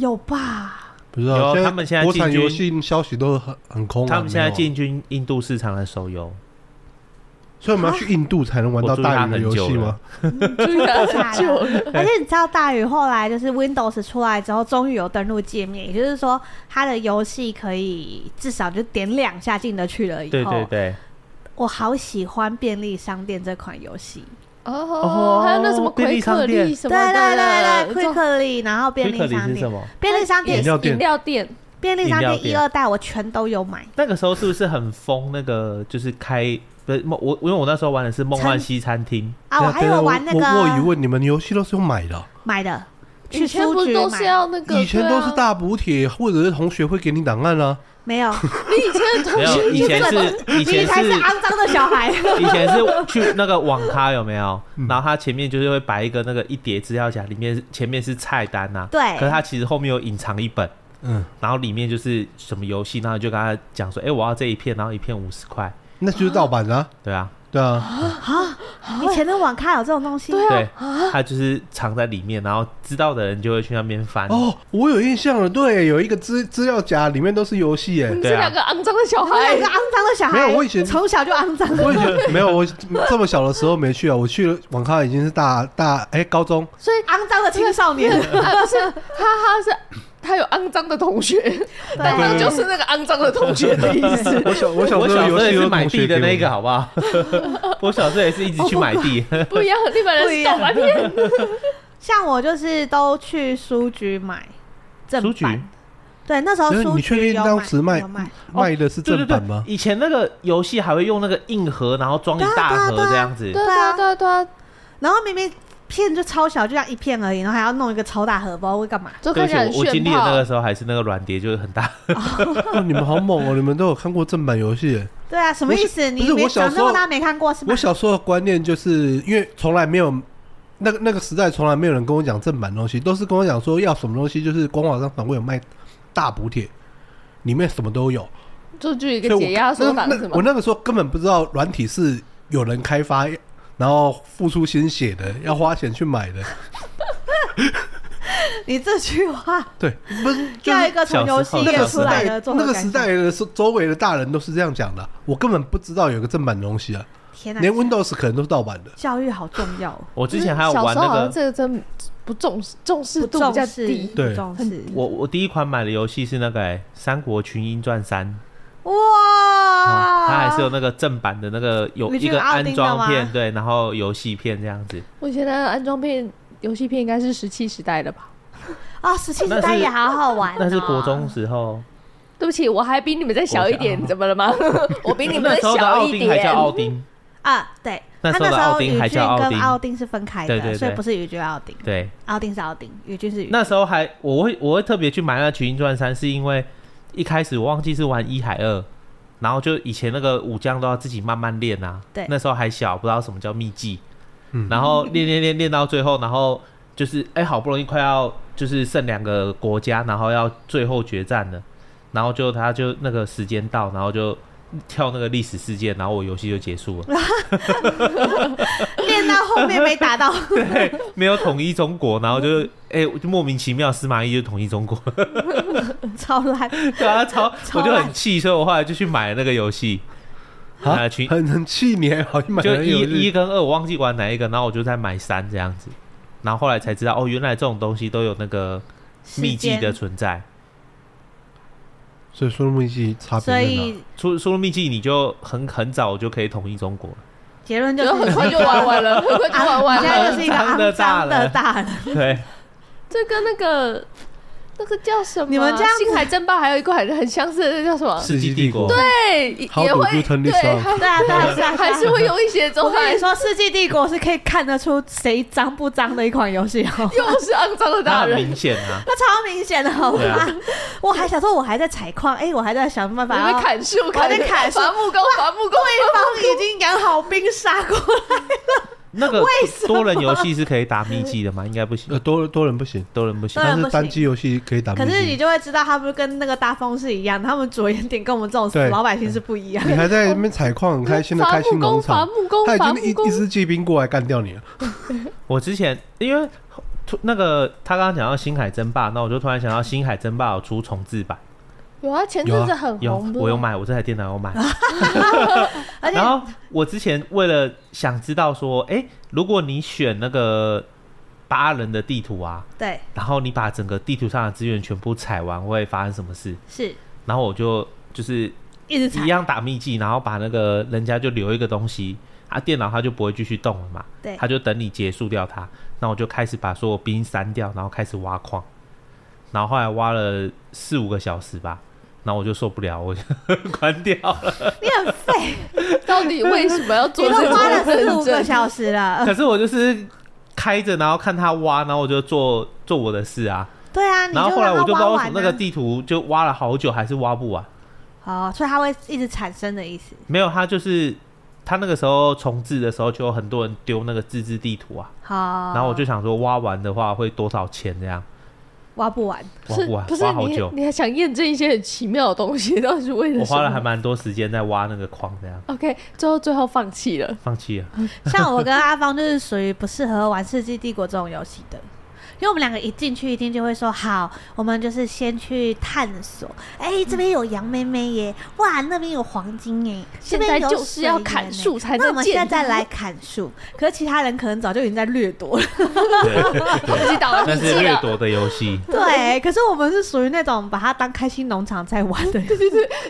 Speaker 2: 有吧？
Speaker 1: 不知道。
Speaker 4: 有
Speaker 1: 现在
Speaker 4: 他们现在
Speaker 1: 国产
Speaker 4: 进军
Speaker 1: 游戏消息都很很空啊。
Speaker 4: 他们现在
Speaker 1: 没有啊
Speaker 4: 进军印度市场的手
Speaker 2: 哦
Speaker 4: 游，
Speaker 1: 所以我们要去印度才能玩到大鱼的游戏吗？
Speaker 3: 注意
Speaker 2: 真的假
Speaker 3: 他
Speaker 2: 的
Speaker 3: 就
Speaker 2: 而且你知道大宇后来就是 Windows 出来之后，终于有登录界面，也就是说它的游戏可以至少就点两下进得去了。以后，
Speaker 4: 对对对，
Speaker 2: 我好喜欢便利商店这款游戏。
Speaker 3: 哦，还有那什么
Speaker 4: 便
Speaker 3: 奎
Speaker 4: 利
Speaker 3: 克
Speaker 4: 商店
Speaker 3: 力什
Speaker 2: 对啊
Speaker 3: 么的，
Speaker 2: 对对对
Speaker 3: 这种
Speaker 2: ，Quickly，然后便利商
Speaker 4: Quickly 是什
Speaker 2: 店，
Speaker 4: 么？
Speaker 2: 便利商店
Speaker 1: 饮料店
Speaker 3: 饮料店，
Speaker 2: 便利商
Speaker 4: 饮料
Speaker 2: 店
Speaker 4: 店
Speaker 2: 一二代我全都有买，
Speaker 4: 那个时候是不是很疯？那个就是开不是梦我，因为我那时候玩的是梦幻西餐厅，
Speaker 2: 啊，我还有玩那
Speaker 1: 等一下我我有疑
Speaker 2: 个
Speaker 1: 问，你们游戏都是用买的啊？
Speaker 2: 买的，去
Speaker 3: 以前
Speaker 2: 书
Speaker 3: 不是
Speaker 2: 局
Speaker 3: 都
Speaker 2: 买
Speaker 3: 是要那个？
Speaker 1: 以前
Speaker 3: 对
Speaker 1: 都
Speaker 3: 啊
Speaker 1: 是，大补帖，或者是同学会给你档案啊。
Speaker 2: 没有，
Speaker 3: 你以前的
Speaker 4: 没
Speaker 3: 同学
Speaker 4: 有 以前 是以
Speaker 2: 你
Speaker 4: 前
Speaker 2: 才是
Speaker 4: 是
Speaker 2: 肮脏的小 孩。
Speaker 4: 以前是去那个网咖有没有？
Speaker 1: 嗯
Speaker 4: 然后它前面就是会摆一个那个一叠资料夹，里面前面是菜单呐、
Speaker 2: 对
Speaker 4: 可是它其实后面有隐藏一本，
Speaker 1: 嗯，
Speaker 4: 然后里面就是什么游戏，然后你就跟他讲说，哎、我要这一片，然后一片五十块，
Speaker 1: 那就是盗版的啊，
Speaker 4: 对啊，
Speaker 1: 对啊，
Speaker 2: 以前的网咖有这种东西，
Speaker 3: 哦对
Speaker 4: 对
Speaker 3: 啊，，
Speaker 4: 他就是藏在里面，然后知道的人就会去那边翻。
Speaker 1: 哦，我有印象了，对，有一个资资料夹里面都是游戏，哎
Speaker 3: 你，们
Speaker 4: 对
Speaker 3: 这
Speaker 4: 啊
Speaker 3: 两个肮脏的小
Speaker 2: 我们两
Speaker 3: 孩
Speaker 2: 个，肮脏的小孩，
Speaker 1: 没有我以前
Speaker 2: 从小就肮 脏，
Speaker 1: 我以前没有，我这么小的时候没去啊，我去了网咖已经是大大哎、高中，
Speaker 3: 所以
Speaker 2: 肮脏的青少年，
Speaker 3: 啊不是他他是他有肮脏的同学，但他
Speaker 1: 对
Speaker 3: 就是那个肮脏的同学的意思。
Speaker 1: 我小我
Speaker 4: 我
Speaker 1: 小时
Speaker 4: 小
Speaker 1: 候
Speaker 4: 时
Speaker 1: 游
Speaker 4: 候
Speaker 1: 戏
Speaker 4: 也
Speaker 1: 有
Speaker 4: 是买
Speaker 1: 同学给
Speaker 4: 地的
Speaker 1: 我
Speaker 4: 那个，好不好？ 我小时候也是一直去买地，
Speaker 3: 不一样，日本人
Speaker 2: 不一
Speaker 3: 是
Speaker 2: 样
Speaker 3: 盗版片，
Speaker 2: 像我就是都去书局买正
Speaker 4: 书局
Speaker 2: 版。对，那时候
Speaker 1: 那
Speaker 2: 书
Speaker 1: 你确
Speaker 2: 局
Speaker 1: 定
Speaker 2: 有
Speaker 1: 当时卖
Speaker 2: 有卖，
Speaker 1: 卖的是
Speaker 4: 对
Speaker 1: 正
Speaker 4: 对哦对
Speaker 1: 版吗，？
Speaker 4: 以前那个游戏还会用那个硬盒，然后装一大盒这样子
Speaker 3: 对。啊对啊对啊，
Speaker 2: 然后明明片就超小，就像一片而已，然后还要弄一个超大荷包，会干嘛？
Speaker 3: 就看
Speaker 4: 对不
Speaker 3: 起来很
Speaker 4: 起，我我
Speaker 3: 炫
Speaker 4: 经历的那
Speaker 3: 炮
Speaker 4: 个。时候还是那个软碟，就是很大。
Speaker 1: 哦你们好猛哦、你们都有看过正版游戏耶。
Speaker 2: 对啊，什么意
Speaker 1: 不
Speaker 2: 思？你
Speaker 1: 是
Speaker 2: 没
Speaker 1: 我小
Speaker 2: 长
Speaker 1: 时
Speaker 2: 这
Speaker 1: 候
Speaker 2: 么大没看过是吗
Speaker 1: 我？小时候的观念就是因为从来没有那个那个时代，从来没有人跟我讲正版东西，都是跟我讲说要什么东西，就是官网上总会有卖大补帖，里面什么都有。
Speaker 3: 就就一
Speaker 1: 所以
Speaker 3: 个
Speaker 1: 我
Speaker 3: 解压缩
Speaker 1: 那
Speaker 3: 档
Speaker 1: 那
Speaker 3: 是
Speaker 1: 我
Speaker 3: 吗？
Speaker 1: 那个时候根本不知道软体是有人开发，然后付出心血的，要花钱去买 的。
Speaker 2: 你这句话
Speaker 1: 对，不是就是
Speaker 2: 要一个从游戏
Speaker 1: 那
Speaker 2: 业
Speaker 1: 个
Speaker 2: 出
Speaker 1: 时
Speaker 2: 来
Speaker 1: 代
Speaker 2: 的综合
Speaker 1: 那个
Speaker 2: 感
Speaker 1: 时
Speaker 2: 想
Speaker 1: 代的周周围的大人都是这样讲的，我根本不知道有个正版东西啊，
Speaker 2: 天哪，
Speaker 1: 连 Windows 可能都是盗版的。
Speaker 2: 教育好重要哦，
Speaker 4: 我之前还有
Speaker 3: 小
Speaker 4: 玩
Speaker 3: 时候好
Speaker 4: 那
Speaker 3: 像
Speaker 4: 个，
Speaker 3: 这个真不重视，重视
Speaker 2: 不
Speaker 3: 度比较
Speaker 2: 重视，
Speaker 3: 低。
Speaker 1: 对
Speaker 2: 不重视。
Speaker 4: 我我第一款买的游戏是那个、欸《三国群英传三》
Speaker 3: 啊
Speaker 4: 哦
Speaker 2: 哇，
Speaker 4: 它啊还是有那个正版的那个有
Speaker 2: 你
Speaker 4: 一
Speaker 2: 去
Speaker 4: 个
Speaker 2: 奥
Speaker 4: 安
Speaker 2: 丁的
Speaker 4: 装
Speaker 2: 吗
Speaker 4: 片，对，然后游戏片这样子。
Speaker 3: 我觉得安装片、游戏片应该是石器时代的吧？
Speaker 2: 啊，十七
Speaker 4: 那
Speaker 2: 时代
Speaker 4: 是
Speaker 2: 也好好玩哦，
Speaker 4: 那
Speaker 3: 啊
Speaker 4: 是国中时候，
Speaker 3: 对不起，我还比你们再小一点，怎么 了吗？我比你们
Speaker 4: 那
Speaker 3: 再
Speaker 4: 时候的
Speaker 3: 小
Speaker 4: 奥
Speaker 3: 一
Speaker 4: 丁还
Speaker 3: 点
Speaker 4: 叫。奥丁，
Speaker 2: 啊，对，
Speaker 4: 那
Speaker 2: 他
Speaker 4: 时候
Speaker 2: 那
Speaker 4: 的
Speaker 2: 时
Speaker 4: 奥
Speaker 2: 候
Speaker 4: 丁
Speaker 2: 宇
Speaker 4: 还
Speaker 2: 俊
Speaker 4: 叫奥
Speaker 2: 跟
Speaker 4: 丁
Speaker 2: 奥丁是分开
Speaker 4: 对
Speaker 2: 的，
Speaker 4: 对对
Speaker 2: 所以不是宇俊奥丁，
Speaker 4: 对。
Speaker 2: 奥丁是奥丁，宇俊是宇。
Speaker 4: 那时候还我会我会特别去买那《群英传三》，是因为一开始我忘记是玩一还二，然后就以前那个武将都要自己慢慢练啊。
Speaker 2: 对
Speaker 4: 那时候还小，不知道什么叫秘技。
Speaker 1: 嗯
Speaker 4: 然后练练练练到最后，然后就是哎、好不容易快要就是剩两个国家，然后要最后决战了，然后就他就那个时间到，然后就跳那个历史事件，然后我游戏就结束了，
Speaker 2: 练到后面没打到，
Speaker 4: 对，没有统一中国，然后就哎、我就莫名其妙司马懿就统一中国了。
Speaker 2: 超烂。
Speaker 4: 对啊，超
Speaker 2: 超
Speaker 4: 我就很
Speaker 2: 烂
Speaker 4: 气，所以我后来就去买了那个游戏，
Speaker 1: 啊
Speaker 4: 啊，，群
Speaker 1: 很很气你还跑去买
Speaker 4: 就
Speaker 1: 那游
Speaker 4: 一一
Speaker 1: 戏，
Speaker 4: 跟二我忘记玩哪一个，然后我就在买三这样子，然后后来才知道哦，原来这种东西都有那个秘
Speaker 2: 时
Speaker 4: 籍
Speaker 2: 间
Speaker 4: 的存在，
Speaker 1: 所以说秘籍
Speaker 4: 啊
Speaker 1: 差别在
Speaker 2: 所
Speaker 1: 哪
Speaker 2: 以
Speaker 4: 出出入秘籍你就很很早就可以统一 中国了，
Speaker 2: 结论就
Speaker 3: 然后很
Speaker 2: 是，
Speaker 3: 快就玩完了，很快就玩
Speaker 2: 我
Speaker 3: 完
Speaker 2: 现
Speaker 3: 了。
Speaker 2: 在就是一个肮脏的大人。
Speaker 4: 对，
Speaker 3: 这跟那个那个叫什么？啊
Speaker 2: 你们这样子
Speaker 3: 星海争霸还有一个很很相似的，那叫什么？
Speaker 4: 世纪帝国，
Speaker 3: 对，
Speaker 1: How
Speaker 3: 也
Speaker 1: do
Speaker 3: 会
Speaker 1: you turn this
Speaker 3: 对
Speaker 1: on？
Speaker 3: 还
Speaker 2: 对啊，对啊，对啊，
Speaker 3: 还是会有一些
Speaker 2: 我
Speaker 3: 中
Speaker 2: 跟
Speaker 3: 还
Speaker 2: 你说，《世纪帝国》是可以看得出谁脏不脏的一款游戏哦，
Speaker 3: 又是肮脏的
Speaker 4: 那
Speaker 3: 大
Speaker 4: 很
Speaker 3: 人，
Speaker 4: 明显啊，
Speaker 2: 那超明显的，好
Speaker 4: 对
Speaker 2: 吧
Speaker 4: 啊？
Speaker 2: 我还想说，我还在采矿，哎，我还在想办
Speaker 3: 你
Speaker 2: 法
Speaker 3: 会
Speaker 2: 要
Speaker 3: 砍树，
Speaker 2: 还在砍树
Speaker 3: 伐木工，伐木工，
Speaker 2: 对啊方已经养好兵杀过
Speaker 4: 那个多人游戏是可以打秘籍的吗？应该不行
Speaker 1: 呃，，多多人不行，
Speaker 4: 多人不行
Speaker 2: 当然
Speaker 1: 但是
Speaker 2: 不
Speaker 1: 单
Speaker 2: 行
Speaker 1: 机游戏可以打秘
Speaker 2: 可
Speaker 1: 籍。
Speaker 2: 是你就会知道，他们跟那个大风是一样，他们着眼点跟我们这种
Speaker 1: 对
Speaker 2: 死老百姓是不一样。
Speaker 1: 你还在那边采矿，很开心的
Speaker 3: 伐
Speaker 1: 开心
Speaker 3: 木
Speaker 1: 农
Speaker 3: 工，伐
Speaker 1: 场，
Speaker 3: 木工，
Speaker 1: 他已
Speaker 3: 伐
Speaker 1: 经
Speaker 3: 木
Speaker 1: 一一
Speaker 3: 工，
Speaker 1: 支骑兵过来干掉你了。
Speaker 4: 我之前因为突那个他刚刚讲到星海争霸，那我就突然想到星海争霸有出重置版，
Speaker 3: 有啊，前阵
Speaker 1: 有
Speaker 3: 子
Speaker 1: 啊
Speaker 3: 很
Speaker 4: 有
Speaker 3: 红，
Speaker 4: 我有，买，我这台电脑有买。
Speaker 2: 而且
Speaker 4: 然后我之前为了想知道说，哎、如果你选那个八人的地图啊，
Speaker 2: 对，
Speaker 4: 然后你把整个地图上的资源全部踩完，会发生什么事？
Speaker 2: 是
Speaker 4: 然后我就就是
Speaker 2: 一直
Speaker 4: 一
Speaker 2: 踩，
Speaker 4: 样打秘技，然后把那个人家就留一个东西，啊，电脑它就不会继续动了嘛，
Speaker 2: 对
Speaker 4: 它就等你结束掉它。那我就开始把所有兵删掉，然后开始挖矿，然后后来挖了四五个小时吧，然后我就受不了，我就 关掉了。
Speaker 2: 你很废，
Speaker 3: 到底为什么要做
Speaker 2: 你
Speaker 3: 这
Speaker 2: 都花了
Speaker 3: 种
Speaker 2: 四五个
Speaker 3: 认真？
Speaker 2: 小时了。
Speaker 4: 可是我就是开着，然后看他挖，然后我就做做我的事啊。
Speaker 2: 对啊，你
Speaker 4: 然后后来
Speaker 2: 让
Speaker 4: 我
Speaker 2: 他
Speaker 4: 就不知
Speaker 2: 挖
Speaker 4: 道为什
Speaker 2: 完
Speaker 4: 么那个
Speaker 2: 啊。
Speaker 4: 地图就挖了好久，还是挖不完。
Speaker 2: 哦，所以它会一直产生的意思。
Speaker 4: 没有，他就是他那个时候重置的时候，就有很多人丢那个自制地图啊。
Speaker 2: 好，
Speaker 4: 然后我就想说，挖完的话会多少钱这样？
Speaker 2: 挖不完。
Speaker 4: 挖
Speaker 3: 是
Speaker 4: 不完
Speaker 3: 不是
Speaker 4: 挖好
Speaker 3: 你
Speaker 4: 久，
Speaker 3: 你还想验证一些很奇妙的东西，到底是为了
Speaker 4: 我花了
Speaker 3: 什
Speaker 4: 还
Speaker 3: 么
Speaker 4: 蛮多时间在挖那个矿，这样
Speaker 3: OK，最后最后放弃了，
Speaker 4: 放弃了。
Speaker 2: 像我跟阿芳就是属于不适合玩《世纪帝国》这种游戏的，因为我们两个一进去一定就会说好，我们就是先去探索。哎、这边有羊妹妹耶，哇，那边有黄金耶，这
Speaker 3: 现
Speaker 2: 边
Speaker 3: 在
Speaker 2: 有
Speaker 3: 就是要
Speaker 2: 水源
Speaker 3: 砍
Speaker 2: 耶。欸
Speaker 3: 树才能
Speaker 2: 那我们
Speaker 3: 建
Speaker 2: 现在再 来砍树，可是其他人可能早就已经在掠夺了。
Speaker 4: 对，
Speaker 3: 自己打完
Speaker 4: 那
Speaker 3: 笔
Speaker 4: 是
Speaker 3: 记
Speaker 4: 掠
Speaker 3: 了，啊
Speaker 4: 夺的游戏，
Speaker 2: 对，可是我们是属于那种把它当开心农场在玩 的人。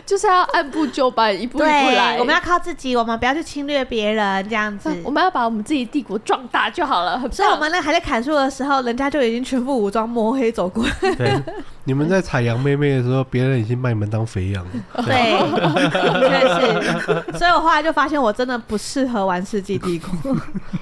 Speaker 3: 就是要按部就班，一步一步来。
Speaker 2: 我们要靠自己，我们不要去侵略别人，这样子。
Speaker 3: 嗯 我们要把我们自己帝国壮大就好了，很
Speaker 2: 所以我
Speaker 3: 棒。
Speaker 2: 们那还在砍树的时候，人家就已经全副武装摸黑走过来。
Speaker 4: 对，
Speaker 1: 你们在采羊妹妹的时候，别人已经把你们当肥 羊了。
Speaker 2: 对，确实。所以我后来就发现，我真的不适合玩《世纪帝国》，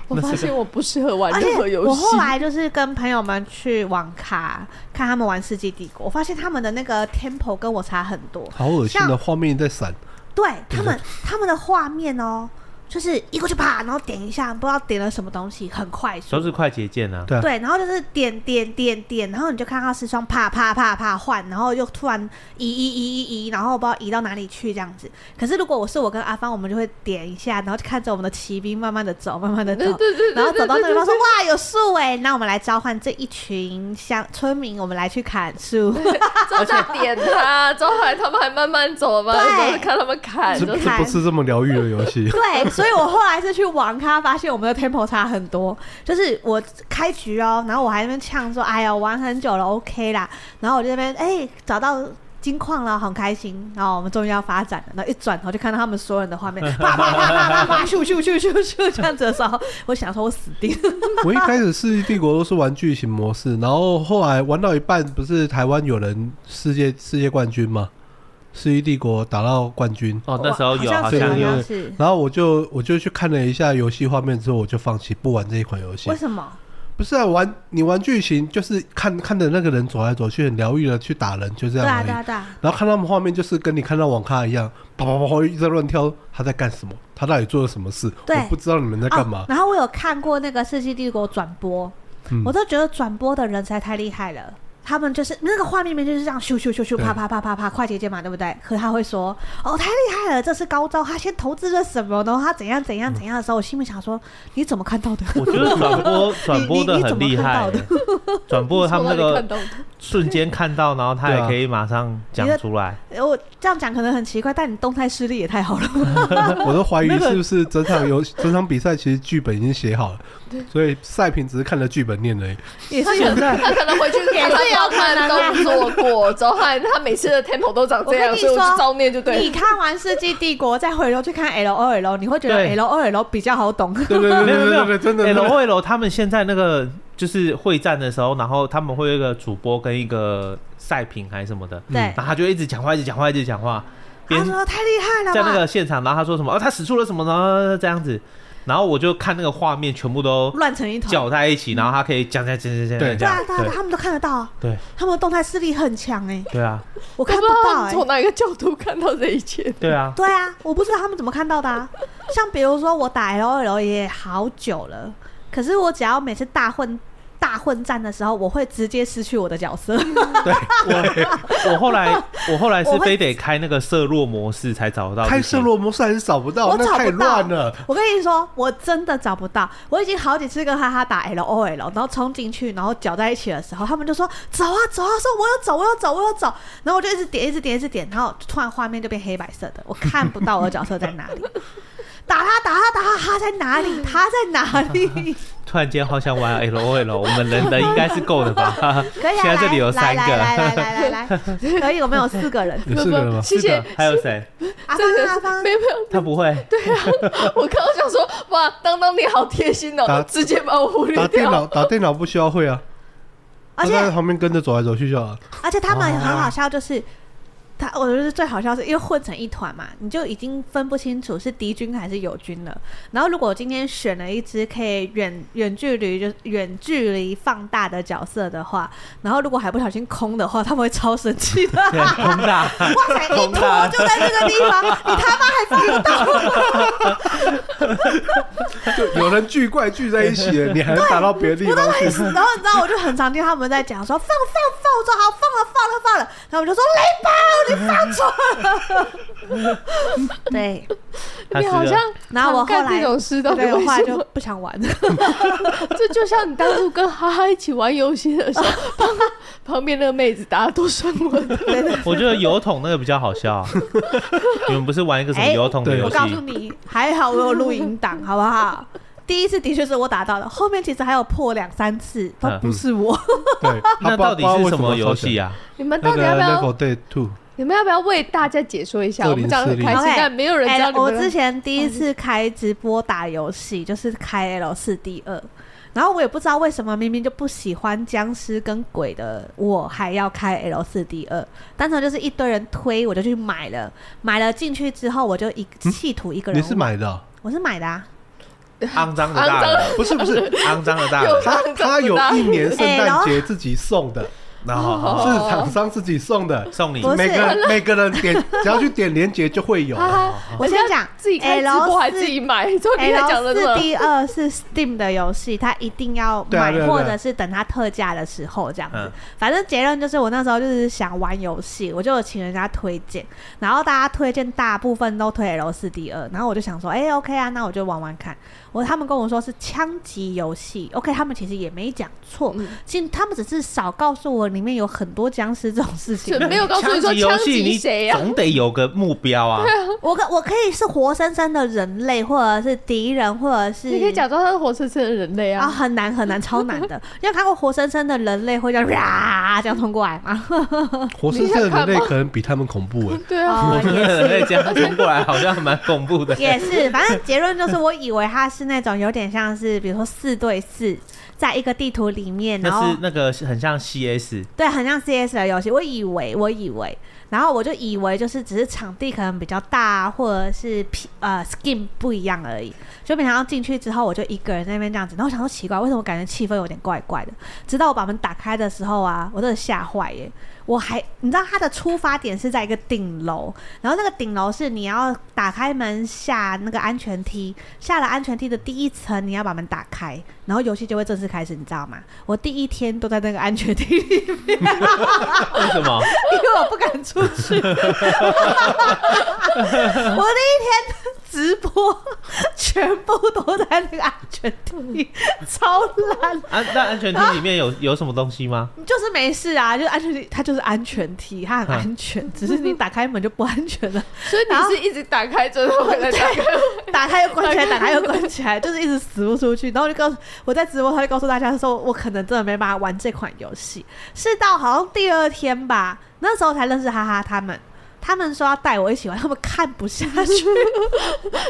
Speaker 3: 我发现我不适合玩
Speaker 2: 而
Speaker 3: 任何
Speaker 2: 且
Speaker 3: 游
Speaker 2: 我
Speaker 3: 戏
Speaker 2: 后，来就是跟朋友们去网咖看他们玩《世纪帝国》，我发现他们的那个 tempo 跟我差很多。
Speaker 1: 好恶心的
Speaker 2: 像
Speaker 1: 画面在闪，
Speaker 2: 对他 们，他们的画面哦，就是一过去啪，然后点一下，不知道点了什么东西，很快速
Speaker 4: 手。指快捷键啊，
Speaker 1: 对啊
Speaker 2: 对，然后就是点点点点，然后你就看到视窗啪啪啪啪换，然后又突然移移移移移，然后不知道移到哪里去这样子。可是如果我是我跟阿芳，我们就会点一下，然后就看着我们的骑兵慢慢的走，慢慢的走，然后走到那个地方说哇有树哎，那我们来召唤这一群乡村民，我们来去砍树。
Speaker 3: 正在点他，之后后来他们还慢慢走嘛，
Speaker 2: 对
Speaker 3: 然后看他们砍，
Speaker 1: 这
Speaker 3: 就
Speaker 1: 这
Speaker 3: 是
Speaker 2: 看。
Speaker 1: 不是这么疗愈的游戏
Speaker 2: 对，所以我后来是去网咖，发现我们的 tempo 差很多。就是我开局哦，然后我还在那边呛说：“哎呀，玩很久了，OK 啦。”然后我就在那边哎找到金矿了，很开心。然后我们终于要发展了，然后一转头就看到他们所有人的画面，啪啪啪啪啪啪，咻咻咻咻咻这样子的时候，我想说我死定了。
Speaker 1: 我一开始《世纪帝国》都是玩剧情模式，然后后来玩到一半，不是台湾有人世界世界冠军嘛，《世纪帝国》打到冠军，
Speaker 4: 哦，那时候有，好
Speaker 1: 对
Speaker 2: 是
Speaker 4: 像
Speaker 1: 对对
Speaker 4: 有
Speaker 2: 好像是，
Speaker 1: 然后我就我就去看了一下游戏画面之后，我就放弃不玩这一款游戏
Speaker 2: 为。什么？
Speaker 1: 不是啊，玩你玩剧情就是看看着那个人走来走去，很疗愈的去打人，就这
Speaker 2: 对
Speaker 1: 样
Speaker 2: 啊
Speaker 1: 而
Speaker 2: 对啊
Speaker 1: 已。
Speaker 2: 对啊，
Speaker 1: 然后看他们画面，就是跟你看到网咖一样，啪啪啪啪一直在乱跳，他在干什么？他到底做了什么事？
Speaker 2: 对
Speaker 1: 我不知道你们在
Speaker 2: 哦
Speaker 1: 干嘛。
Speaker 2: 然后我有看过那个《世纪帝国》转播，
Speaker 1: 嗯
Speaker 2: 我都觉得转播的人才太厉害了。他们就是那个画面里面就是这样咻咻咻咻
Speaker 1: 对
Speaker 2: 啪啪啪啪啪快捷键嘛，对不对？可他会说哦太厉害了，这是高招，他先投资了什么，然后他怎样怎样怎样的时候，我心里想说你怎么看到的？
Speaker 4: 我觉得转播转播的很厉害欸
Speaker 2: 你你你怎，
Speaker 4: 转播他们
Speaker 3: 从哪
Speaker 4: 那
Speaker 3: 里
Speaker 4: 个
Speaker 3: 看到的
Speaker 4: 瞬间看到，然后他也
Speaker 1: 对啊
Speaker 4: 可以马上讲出来。
Speaker 2: 呃 我这样讲可能很奇怪，但你动态视力也太好了。
Speaker 1: 我都怀疑
Speaker 2: 哦那个
Speaker 1: 是不是整场游整场比赛其实剧本已经写好了，所以赛评只是看了剧本 念而已。
Speaker 2: 也是有的。
Speaker 3: 他可能回去看
Speaker 2: 也是有
Speaker 3: 他
Speaker 2: 可能
Speaker 3: 们
Speaker 2: 啊
Speaker 3: 都做过，之后后来他每次的 tempo 都长这
Speaker 2: 我跟
Speaker 3: 样，
Speaker 2: 你
Speaker 3: 所以我
Speaker 2: 说
Speaker 3: 就照念就对
Speaker 2: 你
Speaker 3: 了。
Speaker 2: 看完《世纪帝国》，再回头去看 L O L，你会觉得
Speaker 4: 对
Speaker 2: L O L 比较好懂。
Speaker 1: 对对对
Speaker 4: 没
Speaker 1: 对
Speaker 4: 有没
Speaker 1: 对
Speaker 4: 有哎
Speaker 1: 对，真的。真
Speaker 4: L
Speaker 1: 的
Speaker 4: O L 他们现在那个就是会战的时候，然后他们会有一个主播跟一个赛评还是什么的，
Speaker 2: 嗯对
Speaker 4: 然后他就一直讲话，一直讲话，一直讲话，
Speaker 2: 他
Speaker 4: 边
Speaker 2: 说啊太厉害了吧，
Speaker 4: 在那个现场，然后他说什么，哦，他使出了什么，然后这样子，然后我就看那个画面全部都
Speaker 2: 乱嗯成一团。
Speaker 4: 搅在一起，然后他可以讲讲讲讲
Speaker 1: 对
Speaker 4: 讲
Speaker 2: 对啊
Speaker 4: 讲，，
Speaker 2: 对啊，对啊他们都看得到啊，
Speaker 4: 对
Speaker 2: 他们的动态视力很强哎、
Speaker 4: 对啊，
Speaker 2: 我
Speaker 3: 我
Speaker 2: 看
Speaker 3: 不
Speaker 2: 不
Speaker 3: 知道
Speaker 2: 到
Speaker 3: 他
Speaker 2: 哎、
Speaker 3: 从哪一个角度看到这一切。
Speaker 4: 对啊，
Speaker 2: 对啊，我不知道他们怎么看到的啊。像比如说我打 L O L 也好久了，可是我只要每次大混大混战的时候，我会直接失去我的角色。
Speaker 4: 我我后来我后来是
Speaker 2: 我会
Speaker 4: 非得开那个射落模式才找得到
Speaker 1: 开
Speaker 4: 这些
Speaker 1: 射，落模式还是找不到，
Speaker 2: 我
Speaker 1: 哦那
Speaker 2: 找
Speaker 1: 太
Speaker 2: 不到
Speaker 1: 乱了。
Speaker 2: 我跟你说，我真的找不到。我已经好几次跟哈哈打 L O L，然后冲进去，然后搅在一起的时候，他们就说走啊走啊，说我有走，我有走，我有走。然后我就一直点，一直点，一直点，然后突然画面就变黑白色的，我看不到我的角色在哪里。打他，打他，打他，他在 哪里？他在哪里？
Speaker 4: 突然间好想玩 L O L，我们人人应该是够的吧？
Speaker 2: 可以啊，
Speaker 4: 现在这里有
Speaker 2: 来
Speaker 4: 三个
Speaker 2: 来来来来来 来，可以，我们有四个人。
Speaker 1: 有四个人吗？
Speaker 3: 谢
Speaker 4: 是
Speaker 3: 谢
Speaker 4: 的，还有谁？
Speaker 2: 阿
Speaker 3: 这
Speaker 2: 芳，
Speaker 3: 个
Speaker 2: 阿芳
Speaker 3: 没，有没有，
Speaker 4: 他不会，
Speaker 3: 我刚刚想说，哇，当当你好贴心
Speaker 1: 打
Speaker 3: 哦，直接把我忽 略
Speaker 1: 打电
Speaker 3: 掉。
Speaker 1: 脑打电脑不需要会啊，
Speaker 2: 而
Speaker 1: 他在
Speaker 2: 且
Speaker 1: 旁边跟着走来走去就好了。
Speaker 4: 哦
Speaker 2: 而且他们很好笑，就是他呃他我觉得最好笑是因为混成一团嘛，你就已经分不清楚是敌军还是友军了。然后如果我今天选了一只可以远远距离就是远距离放大的角色的话，然后如果还不小心空的话，他们会超生气的。
Speaker 4: 对 空大，
Speaker 2: 哇塞，一坨就在这个地方，你他妈还放不到？
Speaker 1: 就有人聚怪聚在一起了，你还能打到别的地
Speaker 2: 我
Speaker 1: 方
Speaker 2: 都很
Speaker 1: 去？
Speaker 2: 死，然后你知道，我就很常听他们在讲说放放放，我说好放了放了放了，然后我就说雷宝，你放错了。 对，
Speaker 4: 他
Speaker 3: 你
Speaker 4: 是
Speaker 3: 好
Speaker 4: 个
Speaker 3: 像
Speaker 2: 然后我
Speaker 3: 常干
Speaker 2: 后来
Speaker 3: 这种事到
Speaker 2: 这
Speaker 3: 底为
Speaker 2: 个话
Speaker 3: 什
Speaker 2: 就
Speaker 3: 么？
Speaker 2: 不想玩。
Speaker 3: 这就像你当初跟哈哈一起玩游戏的时候，旁旁边那个妹子打得多酸我的，
Speaker 4: 我觉得油桶那个比较好笑。啊你们不是玩一个什么
Speaker 2: 哎
Speaker 4: 油桶的
Speaker 1: 对
Speaker 4: 游
Speaker 2: 我
Speaker 4: 戏？
Speaker 2: 告诉你，还好我有录影档，好不好？第一次的确是我打到的，后面其实还有破两三次，都
Speaker 4: 嗯
Speaker 2: 不是我。
Speaker 1: 对，
Speaker 4: 那到底是什么游戏
Speaker 1: 啊？
Speaker 4: 啊？
Speaker 3: 你们
Speaker 1: 那
Speaker 3: 到
Speaker 1: 个
Speaker 3: 底要不要
Speaker 1: Level Day Two，
Speaker 3: 你们要不要为大家解说一下？
Speaker 1: 2040
Speaker 3: 我们讲得很开心
Speaker 2: OK，，
Speaker 3: 但没有人知道
Speaker 2: L，
Speaker 3: 你
Speaker 2: 哎我
Speaker 3: 们
Speaker 2: 之
Speaker 3: 的。
Speaker 2: 前第一次开直播打游戏，就是开 L 四 D 二，然后我也不知道为什么，明明就不喜欢僵尸跟鬼的，我还要开 L 四 D 二，单纯就是一堆人推，我就去买了，买了进去之后，我就一企图一个
Speaker 1: 嗯
Speaker 2: 人
Speaker 1: 你
Speaker 2: 玩，
Speaker 1: 是买的啊？
Speaker 2: 我是买的啊，
Speaker 4: 肮脏的大人，
Speaker 1: 不是不 是，
Speaker 4: 肮脏的大人
Speaker 3: 又，
Speaker 1: 他他有一年圣诞节自己送的，
Speaker 4: 然后好好
Speaker 1: 是厂商自己送的，
Speaker 4: 送你
Speaker 2: 不是
Speaker 1: 每个人每个人点只要去点连接就会有。
Speaker 3: 哈哈，
Speaker 2: 我先讲
Speaker 3: 自己开直播还自己买， 之后你还讲
Speaker 2: L
Speaker 3: 了这
Speaker 2: 四
Speaker 3: 么
Speaker 2: D 二是 Steam 的游戏，它一定要
Speaker 1: 对啊
Speaker 2: 买
Speaker 1: 对啊，对啊
Speaker 2: 或者是等它特价的时候这样子
Speaker 4: 嗯。
Speaker 2: 反正结论就是，我那时候就是想玩游戏，我就有请人家推荐，然后大家推荐大部分都推 L 四 D 二，然后我就想说，哎、o k 啊，那我就玩玩看。我他们跟我说是枪击游戏，OK，他们其实也没讲错，
Speaker 3: 嗯
Speaker 2: 其实他们只是少告诉我里面有很多僵尸这种事情
Speaker 3: 就。没有告诉你说
Speaker 4: 击游
Speaker 3: 枪
Speaker 4: 戏，
Speaker 3: 击
Speaker 4: 你
Speaker 3: 谁啊呀？
Speaker 4: 总得有个目标啊。
Speaker 2: 我可我可以是活生生的人类，或者是敌人，或者是
Speaker 3: 你可以假装他是活生生的人类
Speaker 2: 啊，
Speaker 3: 啊。
Speaker 2: 很难很难，超难的。因为看过活生生的人类会这样 呀这样冲过啊来嘛？
Speaker 1: 活生生的人类可能比他们恐怖哎，
Speaker 3: 对啊，
Speaker 2: 哦也
Speaker 4: 人类这样冲过来，好像蛮恐怖 的。
Speaker 2: 也是，反正结论就是，我以为它是那种有点像是，比如说四对四，在一个地图里面， 然
Speaker 4: 那
Speaker 2: 后
Speaker 4: 是那个很像 CS，
Speaker 2: 对，很像 CS 的游戏。我以为，我以为，然后我就以为就是只是场地可能比较大啊，或者是 P 呃 skin 不一样而已。就没想到进去之后，我就一个人在那边这样子，然后我想说奇怪，为什么感觉气氛有点怪怪的？直到我把门打开的时候啊，我真的吓坏耶！我还你知道它的出发点是在一个顶楼，然后那个顶楼是你要打开门下那个安全梯，下了安全梯的第一层，你要把门打开，然后游戏就会正式开始，你知道吗？我第一天都在那个安全梯里
Speaker 4: 为什么？
Speaker 2: 因为我不敢出 去。我那一天直播全部都在那个安全 梯，超烂，
Speaker 4: 安啊那安全梯里面有有什么东西吗？
Speaker 2: 就是没事啊，就是安全梯，它就是安全梯，它很安全，只是你打开门就不安全 了，
Speaker 3: 所以你是一直打开之后回来打开，
Speaker 2: 打开又关起来，打开又关起来，就是一直死不出去。然后我就告诉我在直播，他就告诉大家说，我可能真的没办法玩这款游戏，是到好像第二天吧，那时候才认识哈哈他们。他们说要带我一起玩，他们看不下去，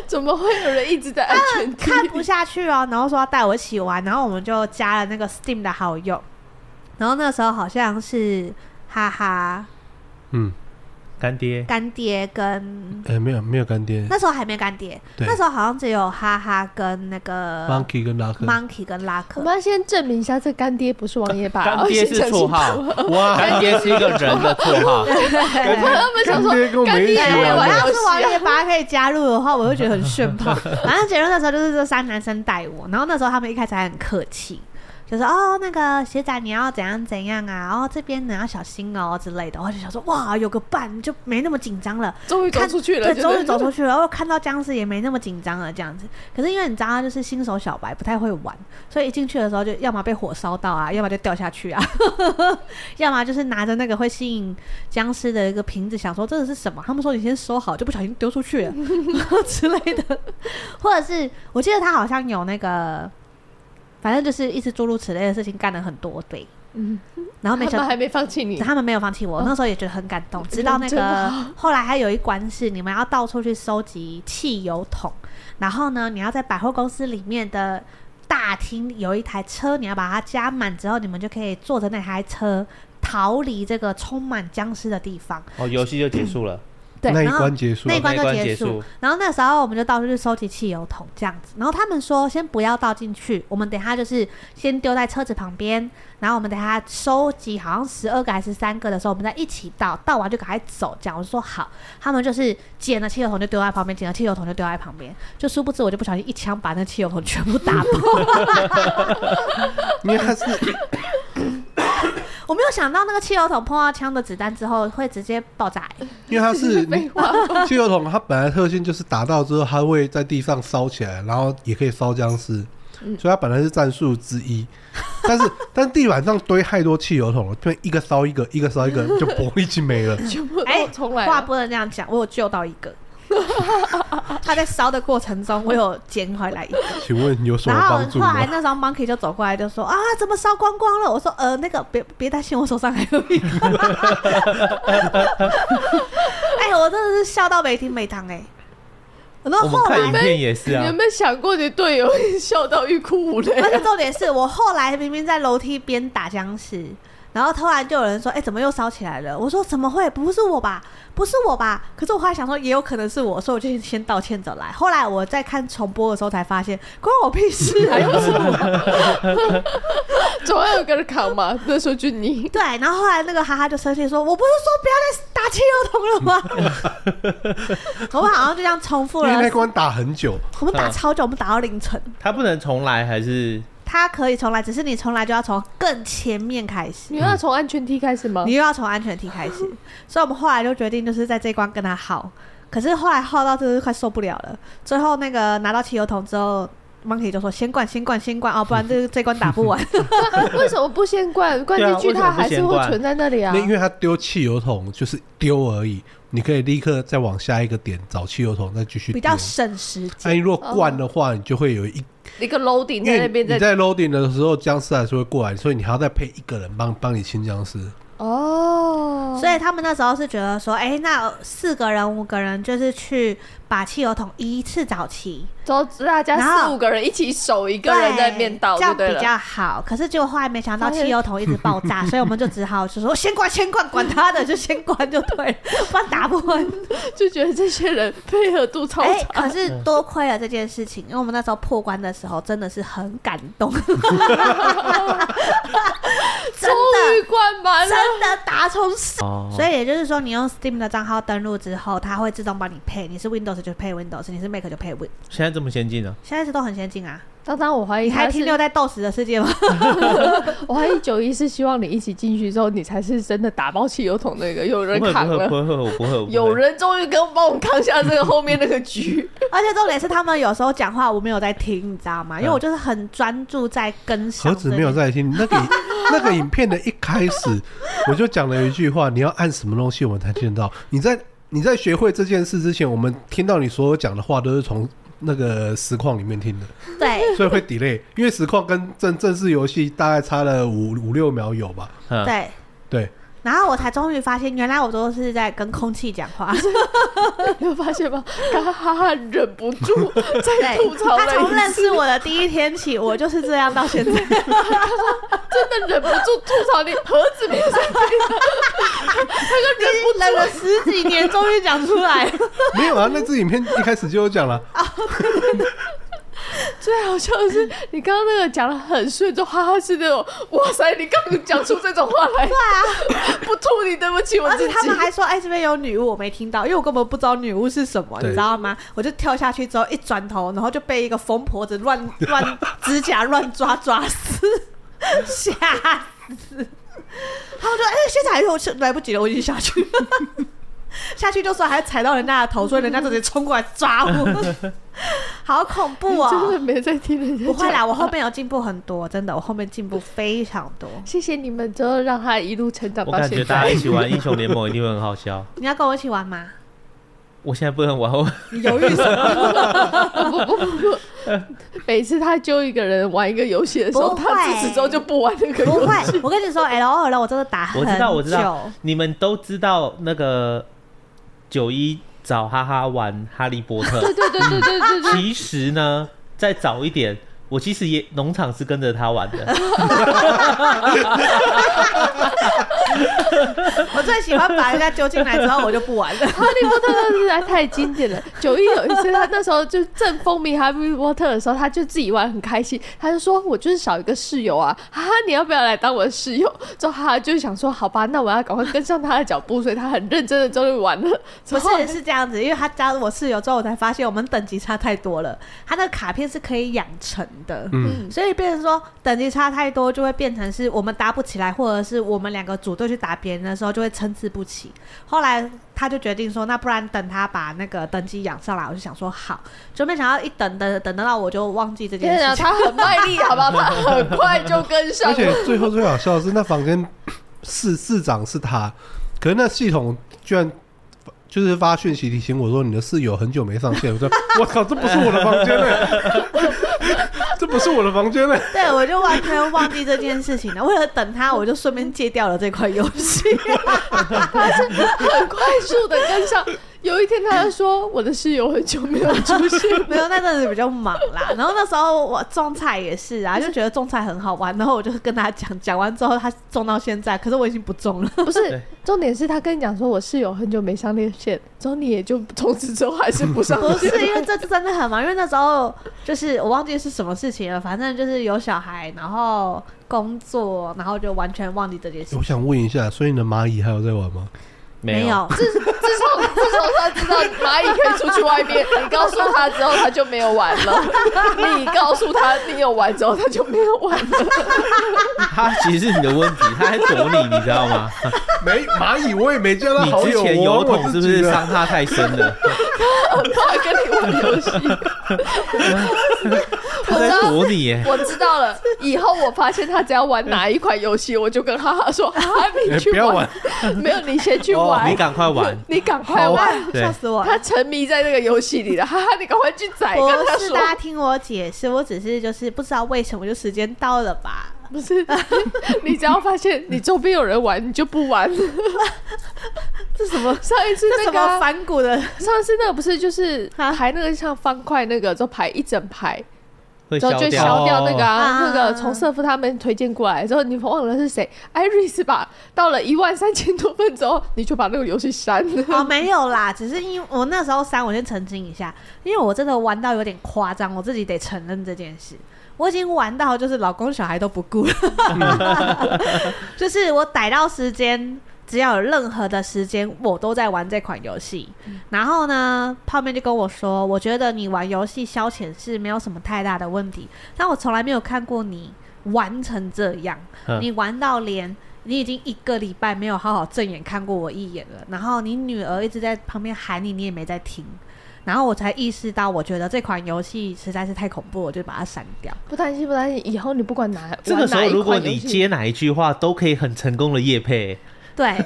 Speaker 3: 怎么会有人一直在安全梯？
Speaker 2: 看不下去哦，然后说要带我一起玩，然后我们就加了那个 Steam 的好友，然后那时候好像是哈哈
Speaker 1: 嗯，
Speaker 4: 干爹，
Speaker 2: 干爹跟
Speaker 1: 哎没有没有干爹
Speaker 2: 那时候还没干爹，
Speaker 1: 对
Speaker 2: 那时候好像只有哈哈跟那个
Speaker 1: ，Monkey 跟拉克，
Speaker 2: 呃 Monkey 跟拉
Speaker 3: 我
Speaker 2: 克
Speaker 3: 们，要先证明一下，这干爹不是王爷吧？
Speaker 4: 干爹是绰号，
Speaker 1: 哇，
Speaker 4: 干爹是一个人的绰号。
Speaker 2: 对
Speaker 3: 我他们想说
Speaker 1: 干爹跟我们一起
Speaker 3: 干
Speaker 2: 对，
Speaker 3: 爹
Speaker 1: 玩
Speaker 2: 我
Speaker 1: 的
Speaker 2: 要是王爷拔可以加入的话，我会觉得很炫 炮。反正结论那时候就是这三男生带我，然后那时候他们一开始还很客气，就是哦那个学长你要怎样怎样啊，哦这边你要小心哦之类的。我就想说哇有个伴就没那么紧张了，
Speaker 3: 终 于走
Speaker 2: 看
Speaker 3: 出去了，
Speaker 2: 对，终于走出去了，然后看到僵尸也没那么紧张了，这样子。可是因为你知道，就是新手小白不太会玩，所以一进去的时候就要么被火烧到啊，要么就掉下去啊， 要么就是拿着那个会吸引僵尸的一个瓶子，想说这个是什么？他们说你先收好，就不小心丢出去 了 之类的，或者是我记得他好像有那个，反正就是一直诸如此类的事情干了很多对，
Speaker 3: 嗯，
Speaker 2: 然后
Speaker 3: 他
Speaker 2: 没想
Speaker 3: 们
Speaker 2: 到
Speaker 3: 还没放弃你，
Speaker 2: 他们没有放弃我，
Speaker 3: 哦
Speaker 2: 那时候也觉得很感动。直到那
Speaker 3: 真
Speaker 2: 个
Speaker 3: 好
Speaker 2: 后来还有一关是你们要到处去收集汽油桶，然后呢，你要在百货公司里面的大厅有一台车，你要把它加满之后，你们就可以坐着那台车。逃离这个充满僵尸的地方。
Speaker 4: 哦，游戏就结束了，哦
Speaker 2: 对，
Speaker 1: 那一
Speaker 2: 然后
Speaker 1: 关结束
Speaker 2: 那
Speaker 1: 了
Speaker 2: 一，关就
Speaker 4: 那一关
Speaker 2: 结
Speaker 4: 结
Speaker 2: 束哦
Speaker 4: 束。
Speaker 2: 然后那时候我们就到处去收集汽油桶这样子。然后他们说先不要倒进去，我们等一下就是先丢在车子旁边，然后我们等一下收集好像十二个还是三个的时候，我们再一起倒，倒完就赶快走。这样我就说好，他们就是捡了汽油桶就丢在旁边，捡了汽油桶就丢在旁边。就殊不知我就不小心一枪把那汽油桶全部打爆。
Speaker 1: 因为它是
Speaker 2: 我没有想到那个汽油桶碰到枪的子弹之后会直接爆炸、欸
Speaker 1: 因为它 是
Speaker 3: 废话，
Speaker 1: 汽油桶，它本来特性就是打到之后，它会在地上烧起来，然后也可以烧僵尸，
Speaker 2: 嗯
Speaker 1: 所以它本来是战术之一。但是， 但地板上堆太多汽油桶了，就一个烧一个，一个烧一个，就嘣一起没 了。
Speaker 3: 全部
Speaker 2: 哎
Speaker 3: 都重来
Speaker 2: 话
Speaker 3: 了。
Speaker 2: 不能这样讲，我有救到一 个。他在烧的过程中，我有捡回来一个。
Speaker 1: 请问有什
Speaker 2: 然
Speaker 1: 么
Speaker 2: 后
Speaker 1: 帮助
Speaker 2: 后来
Speaker 1: 吗？
Speaker 2: 那时候 Monkey 就走过来就说啊，怎么烧光光了？我说呃，那个别别担心，我手上还有一个。 哎、我真的是笑到没停没堂哎、然后
Speaker 4: 我们
Speaker 2: 后
Speaker 4: 看影
Speaker 2: 来，
Speaker 4: 片也是
Speaker 3: 你
Speaker 4: 啊
Speaker 3: 有，没有想过你队友笑到欲哭无泪
Speaker 2: 而？且重点是我后来明明在楼梯边打僵尸，然后突然就有人说，哎、怎么又烧起来了？我说怎么会？不是我吧？不是我吧？可是我后来想说，也有可能是我，所以我就先道歉走来。后来我在看重播的时候才发现，关我屁事啊，又不是我。
Speaker 3: 总要有个人扛嘛。那时候就你，
Speaker 2: 对，然后后来那个哈哈就生气说：“我不是说不要再打汽油桶了吗？” 我们好像就这样重复
Speaker 1: 因为
Speaker 2: 了
Speaker 1: 那，关打很久，
Speaker 2: 我们打超久，我们打到凌晨。
Speaker 4: 他不能重来还是
Speaker 2: 它可以重来，只是你重来就要从更前面开始，
Speaker 3: 你要从安全梯开始吗
Speaker 2: 你？又要从安全梯开始。所以我们后来就决定，就是在这一关跟他耗。可是后来耗到真的是快受不了了。最后那个拿到汽油桶之后，Monkey 就说：“先灌，先灌，先灌哦，不然这这关打 不完。
Speaker 3: 为什么不先灌？灌进去
Speaker 4: 对啊为什么
Speaker 3: 它还是
Speaker 4: 不先
Speaker 3: 会
Speaker 4: 灌
Speaker 3: 存在那里啊
Speaker 1: 那。因为它丢汽油桶就是丢而已，你可以立刻再往下一个点找汽油桶再继”续
Speaker 2: 比
Speaker 1: 丢。
Speaker 2: 较哦省时
Speaker 1: 那
Speaker 2: 间。
Speaker 1: 你如果灌的话，你就会有一
Speaker 3: 一个 loading
Speaker 1: 因
Speaker 3: 在
Speaker 1: 为
Speaker 3: 那
Speaker 1: 你
Speaker 3: 边在
Speaker 1: 在 loading 的时候，僵尸还是会过来，所以你还要再配一个人帮帮你清僵尸。
Speaker 3: 哦，
Speaker 2: 所以他们那时候是觉得说，哎、那四个人、五个人就是去把汽油桶一次找齐，
Speaker 3: 都大家
Speaker 2: 然后
Speaker 3: 四五个人一起守一个人在那边倒
Speaker 2: 这
Speaker 3: 就
Speaker 2: 样
Speaker 3: 对
Speaker 2: 比
Speaker 3: 了。
Speaker 2: 较好。可是结果后来没想到汽油桶一直爆炸，所以我们就只好就说先关先关，管他的就先关就对了，不然打不完。
Speaker 3: 就觉得这些人配合度超
Speaker 2: 哎、
Speaker 3: 差。
Speaker 2: 可是多亏了这件事情，因为我们那时候破关的时候真的是很感 动，真
Speaker 3: 终
Speaker 2: 的
Speaker 3: 于灌满了，
Speaker 2: 真的打从心
Speaker 4: 哦？
Speaker 2: 所以也就是说，你用 Steam 的账号登录之后，它会自动帮你配。你是 Windows 就配 Windows，你是 Mac 就配 Win。
Speaker 4: 现在这么先进呢？
Speaker 2: 现在是都很先进啊！
Speaker 3: 当当，我怀疑
Speaker 2: 你还
Speaker 3: 他
Speaker 2: 停
Speaker 3: 是，
Speaker 2: 留在斗士的世界吗？
Speaker 3: 我怀疑九一是希望你一起进去之后，你才是真的打爆汽油桶那个，有人
Speaker 4: 不会
Speaker 3: 扛
Speaker 4: 不会
Speaker 3: 了
Speaker 4: 不。会不会我不会，我不会
Speaker 3: 有人终于跟帮我们扛下这个后面那个局，
Speaker 2: 而且重点是，他们有时候讲话我没有在听，你知道吗？因为我就是很专注在跟上。
Speaker 1: 何止没有？在听那 个那个影片的一开始，我就讲了一句话：你要按什么东西我们才听得到？你在你在学会这件事之前，我们听到你所有讲的话都是从那个实况里面听的，
Speaker 2: 对
Speaker 1: 所以会 delay，因为实况跟正正式游戏大概差了五五六秒有吧？
Speaker 4: 嗯
Speaker 2: 对。
Speaker 1: 对，
Speaker 2: 然后我才终于发现，原来我都是在跟空气讲话。
Speaker 3: 你有发现吗？刚刚哈哈忍不住再
Speaker 2: 对
Speaker 3: 吐，槽
Speaker 2: 他
Speaker 3: 了
Speaker 2: 从
Speaker 3: 一
Speaker 2: 认
Speaker 3: 次
Speaker 2: 识，我的第一天起，我就是这样到现在。
Speaker 3: 真的忍不住吐槽你盒子没有塞进去，
Speaker 2: 忍 了十几年，终于讲出来了。
Speaker 1: 没有啊，那支影片一开始就有讲了，
Speaker 3: 最好笑的是你刚刚那个讲的很顺，就哈哈是那种哇塞，你刚刚讲出这种话来，对啊，不吐你对不起我
Speaker 2: 而
Speaker 3: 自
Speaker 2: 且
Speaker 3: 己。
Speaker 2: 他们还说：“哎、这边有女巫，我没听到，因为我根本不知道女巫是什么，你
Speaker 1: 对
Speaker 2: 知道吗？”我就跳下去之后一转头，然后就被一个疯婆子 乱乱指甲乱抓抓死，吓死！他们说：“哎、现在还有是来不及了，我已经下去了。” 下去就算还踩到人家的头，所以人家直接冲过来抓我， 好恐怖
Speaker 3: 你 真的
Speaker 2: 哦！
Speaker 3: 没在听人家
Speaker 2: 不
Speaker 3: 讲。
Speaker 2: 会啦，我后面有进步很多，真的，我后面进步非常多。
Speaker 3: 谢谢你们，之后让他一路成长
Speaker 4: 我
Speaker 3: 到
Speaker 4: 感觉
Speaker 3: 现
Speaker 4: 大家
Speaker 3: 在
Speaker 4: 一。起玩英雄联盟一定会很好笑。
Speaker 2: 你要跟我一起玩吗？
Speaker 4: 我现在不能玩，我
Speaker 2: 你犹豫什么？
Speaker 3: 不不不不，每次他揪一个人玩一个游戏的时
Speaker 2: 不
Speaker 3: 候，
Speaker 2: 会
Speaker 3: 他自此之后就不玩那个
Speaker 2: 不
Speaker 3: 游戏。
Speaker 2: 会，我跟你说，L O L 我真的打很
Speaker 4: 我
Speaker 2: 久。
Speaker 4: 知道我知道，你们都知道那个九一找哈哈玩哈利波 特，
Speaker 3: 对对对对对对对，
Speaker 4: 其实呢，再早一点，我其实也农场是跟着他玩的，
Speaker 2: 我最喜欢把人家揪进来之后，我就不玩 了。
Speaker 3: 哈利波特真的实在太经典了。九一有一次，他那时候就正风靡哈利波特的时候，他就自己玩很开心，他就说：“我就是少一个室友啊， 哈哈，你要不要来当我的室友？”之后他就是想说：“好吧，那我要赶快跟上他的脚步。”所以他很认真的就玩了。
Speaker 2: 不
Speaker 3: 之后
Speaker 2: 是是这样子，因为他加入我室友之后，我才发现我们等级差太多了。他的卡片是可以养成的，
Speaker 1: 嗯，
Speaker 2: 所以变成说等级差太多，就会变成是我们打不起来，或者是我们两个组队去打别人的时候就会参差不齐。后来他就决定说，那不然等他把那个等级养上来，我就想说好，就没想到一等等等等到我就忘记这件
Speaker 3: 天啊，
Speaker 2: 事情。
Speaker 3: 他很卖力，好不好？他很快就跟上
Speaker 1: 而
Speaker 3: 了
Speaker 1: 且。最后最好笑的是，那房间 市市长是他，可是那系统居然就是发讯息提醒我说你的室友很久没上线，我说我靠，这不是我的房间嘞、 这不是我的房间嘞、
Speaker 2: 对，我就完全忘记这件事情了。为了等他，我就顺便戒掉了这款游戏。
Speaker 3: 他是很快速的跟上。 有一天，他就说：“我的室友很久没有出现。
Speaker 2: 没有，那阵子比较忙啦。然后那时候我种菜也是啊，就觉得种菜很好玩。然后我就跟他讲，讲完之后他种到现在，可是我已经不种了”。
Speaker 3: 不
Speaker 4: 对
Speaker 3: 是，重点是他跟你讲说：“我室友很久没上恋线。”之后你也就从此之后还是不上
Speaker 2: 不
Speaker 3: 线。
Speaker 2: 是因 为这次真的很忙，因为那时候就是我忘记是什么事情了，反正就是有小孩，然后工作，然后就完全忘记这件事
Speaker 1: 我。想问一下，所以你的蚂蚁还有在玩吗？
Speaker 2: 没有，
Speaker 3: 自从自从他知道蚂蚁可以出去外面，你告诉他之后，他就没有玩 了。你告诉他你有玩之后，他就没有玩了。
Speaker 4: 他其实是你的问题，他还躲你，你知道吗？
Speaker 1: 没蚂蚁，我也没见到
Speaker 4: 你
Speaker 1: 好
Speaker 4: 之
Speaker 1: 友。
Speaker 4: 前
Speaker 1: 我
Speaker 4: 油
Speaker 1: 玩
Speaker 4: 桶
Speaker 1: 我自
Speaker 4: 是不
Speaker 1: 己
Speaker 4: 是
Speaker 1: 的
Speaker 4: 伤他太深 了？
Speaker 3: 很怕跟你玩游戏。
Speaker 4: 他在躲你耶、
Speaker 3: 我知道了，以后我发现他只要玩哪一款游戏，我就跟哈哈说：“哈哈，你
Speaker 1: 哎
Speaker 3: 去
Speaker 1: 不要玩，
Speaker 3: 没有你先去玩，
Speaker 4: 哦你赶快玩。
Speaker 3: 你赶快
Speaker 2: 哦
Speaker 3: 玩。
Speaker 4: 对
Speaker 2: 笑哎死我了
Speaker 3: 他。沉迷在这个游戏里了，哈哈，你赶快去宰，
Speaker 2: 不
Speaker 3: 跟他
Speaker 2: 是
Speaker 3: 说
Speaker 2: 大，家听我解释，我只是就是不知道为什么就时间到了吧。
Speaker 3: 不是， 你只要发现你周边有人玩，你就不玩。
Speaker 2: 这什 么？
Speaker 3: 上一次
Speaker 2: 这
Speaker 3: 那
Speaker 2: 什
Speaker 3: 个
Speaker 2: 么
Speaker 3: 啊，
Speaker 2: 反骨的？
Speaker 3: 上次那个不是就是
Speaker 2: 啊
Speaker 3: 排那个像方块那个，就排一整排，
Speaker 4: 会
Speaker 3: 之后
Speaker 4: 消
Speaker 3: 就
Speaker 4: 掉。
Speaker 3: 消掉那个啊，
Speaker 2: 哦
Speaker 3: 那个从瑟夫他们推荐过来之后，你忘了是谁，艾瑞斯吧？到了一万三千多分之后，你就把那个游戏删
Speaker 2: 哦，
Speaker 3: 了。
Speaker 2: 没有啦，只是因为我那时候删，我先澄清一下，因为我真的玩到有点夸张，我自己得承认这件事。我已经玩到就是老公小孩都不顾了， 就是我逮到时间，只要有任何的时间，我都在玩这款游戏。然后呢，泡面就跟我说，我觉得你玩游戏消遣是没有什么太大的问题，但我从来没有看过你玩成这样。
Speaker 4: 嗯
Speaker 2: 你玩到连你已经一个礼拜没有好好正眼看过我一眼了，然后你女儿一直在旁边喊你，你也没在听，然后我才意识到，我觉得这款游戏实在是太恐怖，我就把它删掉。
Speaker 3: 不担心，不担心，以后你不管哪
Speaker 4: 这个时候，
Speaker 3: 玩哪一
Speaker 4: 如果
Speaker 3: 款游
Speaker 4: 你
Speaker 3: 戏
Speaker 4: 接哪一句话，都可以很成功的夜配、
Speaker 2: 对，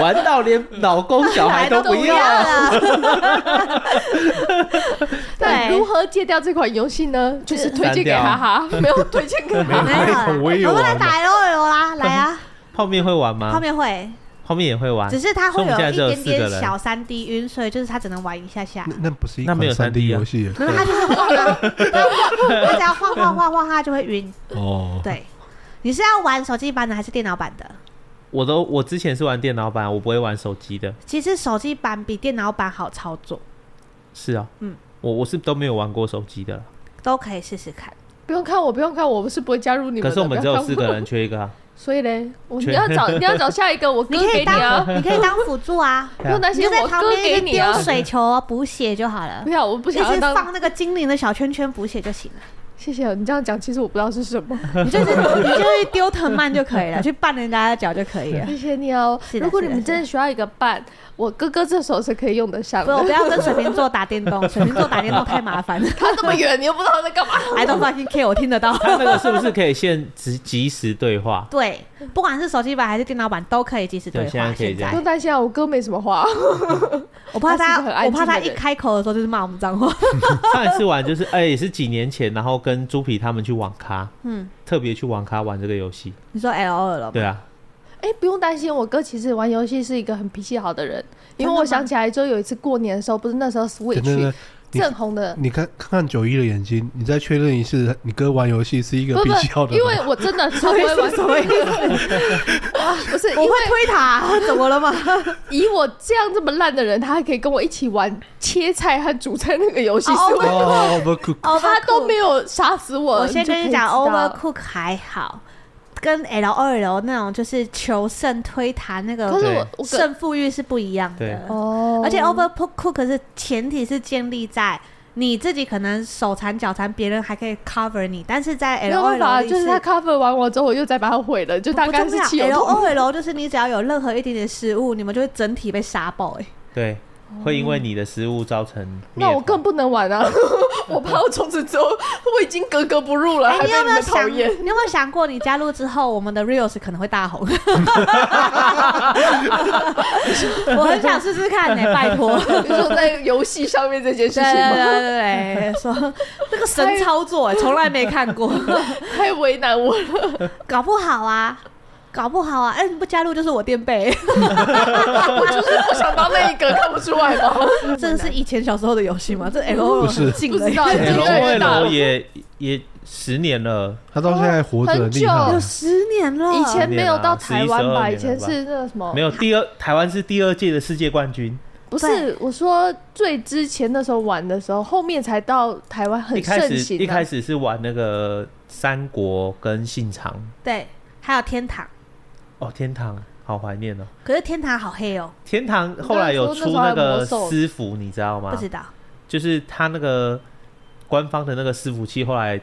Speaker 4: 玩到连老公小 孩都不
Speaker 2: 不要
Speaker 4: 要。
Speaker 2: 了。
Speaker 3: 但
Speaker 2: 对
Speaker 3: 如何戒掉这款游戏呢？就是推荐给哈 哈，没有推荐给哈哈。
Speaker 2: 没有，嗯
Speaker 1: 我也有
Speaker 2: 我们来
Speaker 1: 玩
Speaker 2: 打 L L 啦，来啊，
Speaker 4: 泡面会玩
Speaker 2: 泡
Speaker 4: 吗？
Speaker 2: 面会，
Speaker 4: 泡面也会玩
Speaker 2: 只，是它会
Speaker 4: 所以我
Speaker 2: 有一
Speaker 4: 们现在只有
Speaker 2: 点点
Speaker 4: 四个人
Speaker 2: 小三 D 晕，所以就是它只能玩一下下。
Speaker 1: 那那不是一
Speaker 4: 那没
Speaker 1: 款
Speaker 4: 有
Speaker 1: 三 D
Speaker 4: 3D 啊
Speaker 1: 游戏耶
Speaker 2: 没有，它就是晃 啊，它只要晃晃晃晃，它就会晕。
Speaker 1: 哦。
Speaker 2: 对，你是要玩手机版的还是电脑版的？
Speaker 4: 我都我之前是玩电脑版，我不会玩手机的。
Speaker 2: 其实手机版比电脑版好操作，
Speaker 4: 是啊，
Speaker 2: 嗯，
Speaker 4: 我我是都没有玩过手机的啦，
Speaker 2: 都可以试试看。
Speaker 3: 不用看我，不用看我，我是不会加入你们的。
Speaker 4: 可是我们只有四
Speaker 3: 不要
Speaker 4: 个
Speaker 3: 看我，
Speaker 4: 人，缺一个啊。
Speaker 3: 所以嘞，我
Speaker 4: 全
Speaker 3: 你要找你要找下一个，我
Speaker 2: 你
Speaker 3: 哥
Speaker 2: 可
Speaker 3: 给
Speaker 2: 以
Speaker 3: 你
Speaker 2: 当，
Speaker 3: 啊，
Speaker 2: 你可以当辅助 啊，
Speaker 3: 不用担
Speaker 2: 你
Speaker 3: 心，
Speaker 2: 就在
Speaker 3: 我
Speaker 2: 旁
Speaker 3: 哥
Speaker 2: 边
Speaker 3: 给
Speaker 2: 一直
Speaker 3: 你
Speaker 2: 丢
Speaker 3: 啊。
Speaker 2: 水球补血就好了
Speaker 3: 不，要， 我不
Speaker 2: 一
Speaker 3: 想
Speaker 2: 直
Speaker 3: 要当。
Speaker 2: 放那个精灵的小圈圈补血就行 了。
Speaker 3: 谢谢你这样讲，其实我不知道是什 么。
Speaker 2: 你就是你就是丢藤蔓就可以了，去绊人家的脚就可以 了。
Speaker 3: 谢谢你哦。
Speaker 2: 是的
Speaker 3: 如果你
Speaker 2: 是
Speaker 3: 们
Speaker 2: 的
Speaker 3: 真的需要一个伴，我哥哥这时候是可以用得上
Speaker 2: 不，我
Speaker 3: 的。
Speaker 2: 不要跟水瓶座打电动， 水瓶座打电动太麻 烦了。
Speaker 3: 他这么远，你又不知道他在 干嘛。
Speaker 2: I don't fucking care，我听得到。？
Speaker 4: 他那个是不是可以现即即时对话
Speaker 2: 对，不管是手机版还是电脑版，都可以即时对话。
Speaker 4: 对现在可以这样
Speaker 3: 不用担心啊，我哥没什么话。
Speaker 2: 我怕
Speaker 3: 他是
Speaker 2: 他
Speaker 3: 一个很，安
Speaker 2: 我
Speaker 3: 静的
Speaker 2: 怕
Speaker 3: 人
Speaker 2: 他一开口的时候就是骂我们脏话。
Speaker 4: 上一次玩就是哎、也是几年前，然后跟猪皮他们去网咖，
Speaker 2: 嗯，
Speaker 4: 特别去网咖玩这个游戏。
Speaker 2: 你说 L O L 吗
Speaker 4: 对啊，
Speaker 3: 哎、不用担心，我哥其实玩游戏是一个很脾气好的人，因为我想起来，就有一次过年的时候，不是那时候
Speaker 1: 真的
Speaker 3: Switch，
Speaker 1: 你
Speaker 3: 正红的。
Speaker 1: 你看看看九一的眼睛，你再确认一次，你哥玩游戏是一个
Speaker 3: 不
Speaker 1: 比较
Speaker 3: 不，
Speaker 1: 的
Speaker 3: 因
Speaker 1: 人，
Speaker 3: 为我 真的超不会玩，
Speaker 2: 什么意思？
Speaker 3: 不是因
Speaker 2: 我会
Speaker 3: 为
Speaker 2: 推塔，怎么了 吗？
Speaker 3: 以我这样这么烂的人，他还可以跟我一起玩切菜和煮菜那个游戏，
Speaker 2: 哦
Speaker 3: 是我
Speaker 1: 哦不酷，
Speaker 3: 他都没有杀死我。
Speaker 2: 我先
Speaker 3: 就可以
Speaker 2: 跟你讲
Speaker 3: 知道了
Speaker 2: ，Overcook 还好，跟 L O L 那种就是求胜推塔那
Speaker 3: 可是
Speaker 2: 个
Speaker 3: 我我跟
Speaker 2: 胜负欲是不一样
Speaker 4: 对
Speaker 2: 的。
Speaker 3: 哦
Speaker 2: 而且 Overcook 是前提是建立在你自己可能手残脚残，别人还可以 cover 你，但是在
Speaker 3: 没
Speaker 2: L
Speaker 3: 有
Speaker 2: O
Speaker 3: 办
Speaker 2: L
Speaker 3: 法，
Speaker 2: 里
Speaker 3: 就是他 cover 完我之后，我又再把它毁了，就大
Speaker 2: 哦不
Speaker 3: 概
Speaker 2: 重
Speaker 3: 是汽油
Speaker 2: 要。L
Speaker 3: 桶
Speaker 2: O L 就是你只要有任何一点点失误，你们就会整体被杀爆、欸。
Speaker 4: 对，会因为你的失误造成
Speaker 3: 哦
Speaker 4: 灭
Speaker 3: 那我
Speaker 4: 团
Speaker 3: 更不能玩 啊！ 我怕我从此之后我已经格格不入了，
Speaker 2: 哎、
Speaker 3: 还被
Speaker 2: 你有没有
Speaker 3: 们讨
Speaker 2: 想？你有
Speaker 3: 厌。
Speaker 2: 没有想过，你加入之后，我们的 reels 可能会 大红？我很想试试看呢、拜 托。
Speaker 3: 你说在游戏上面这件事
Speaker 2: 对
Speaker 3: 情
Speaker 2: 对
Speaker 3: 吗？
Speaker 2: 对对对， 说那个神操作、欸，从来没看过，
Speaker 3: 太为难我 了。
Speaker 2: 搞不好啊，搞不好啊，哎、你不加入就是我垫 背、
Speaker 3: 我就是不想当那一个，看不出来 吗？
Speaker 2: 这个是以前小时候的游戏吗？这 L O
Speaker 1: 不是
Speaker 2: 进
Speaker 3: 不
Speaker 2: 了
Speaker 3: 知道
Speaker 4: 哎
Speaker 2: 耶，
Speaker 3: 已经越来越大
Speaker 4: LOL
Speaker 3: 了
Speaker 4: 也也十年了，
Speaker 1: 他到现在活着很厉
Speaker 3: 很
Speaker 1: 害
Speaker 2: 有，十年了。
Speaker 3: 以前没有到台湾吧？
Speaker 4: 11
Speaker 3: 以前是那个什么
Speaker 4: 没？有第二台湾是第二届的世界冠军，
Speaker 3: 不是，我说最之前那时候玩的时候，后面才到台湾
Speaker 4: 一
Speaker 3: 很
Speaker 4: 开
Speaker 3: 盛
Speaker 4: 始
Speaker 3: 行啊。
Speaker 4: 一开始是玩那个三国跟信长，
Speaker 2: 对，还有天堂，
Speaker 4: 哦，天堂好怀念哦。
Speaker 2: 可是天堂好黑哦，
Speaker 4: 天堂后来有出那个私服，你知道
Speaker 2: 不
Speaker 4: 吗？
Speaker 2: 知道。
Speaker 4: 就是他那个官方的那个私服器后来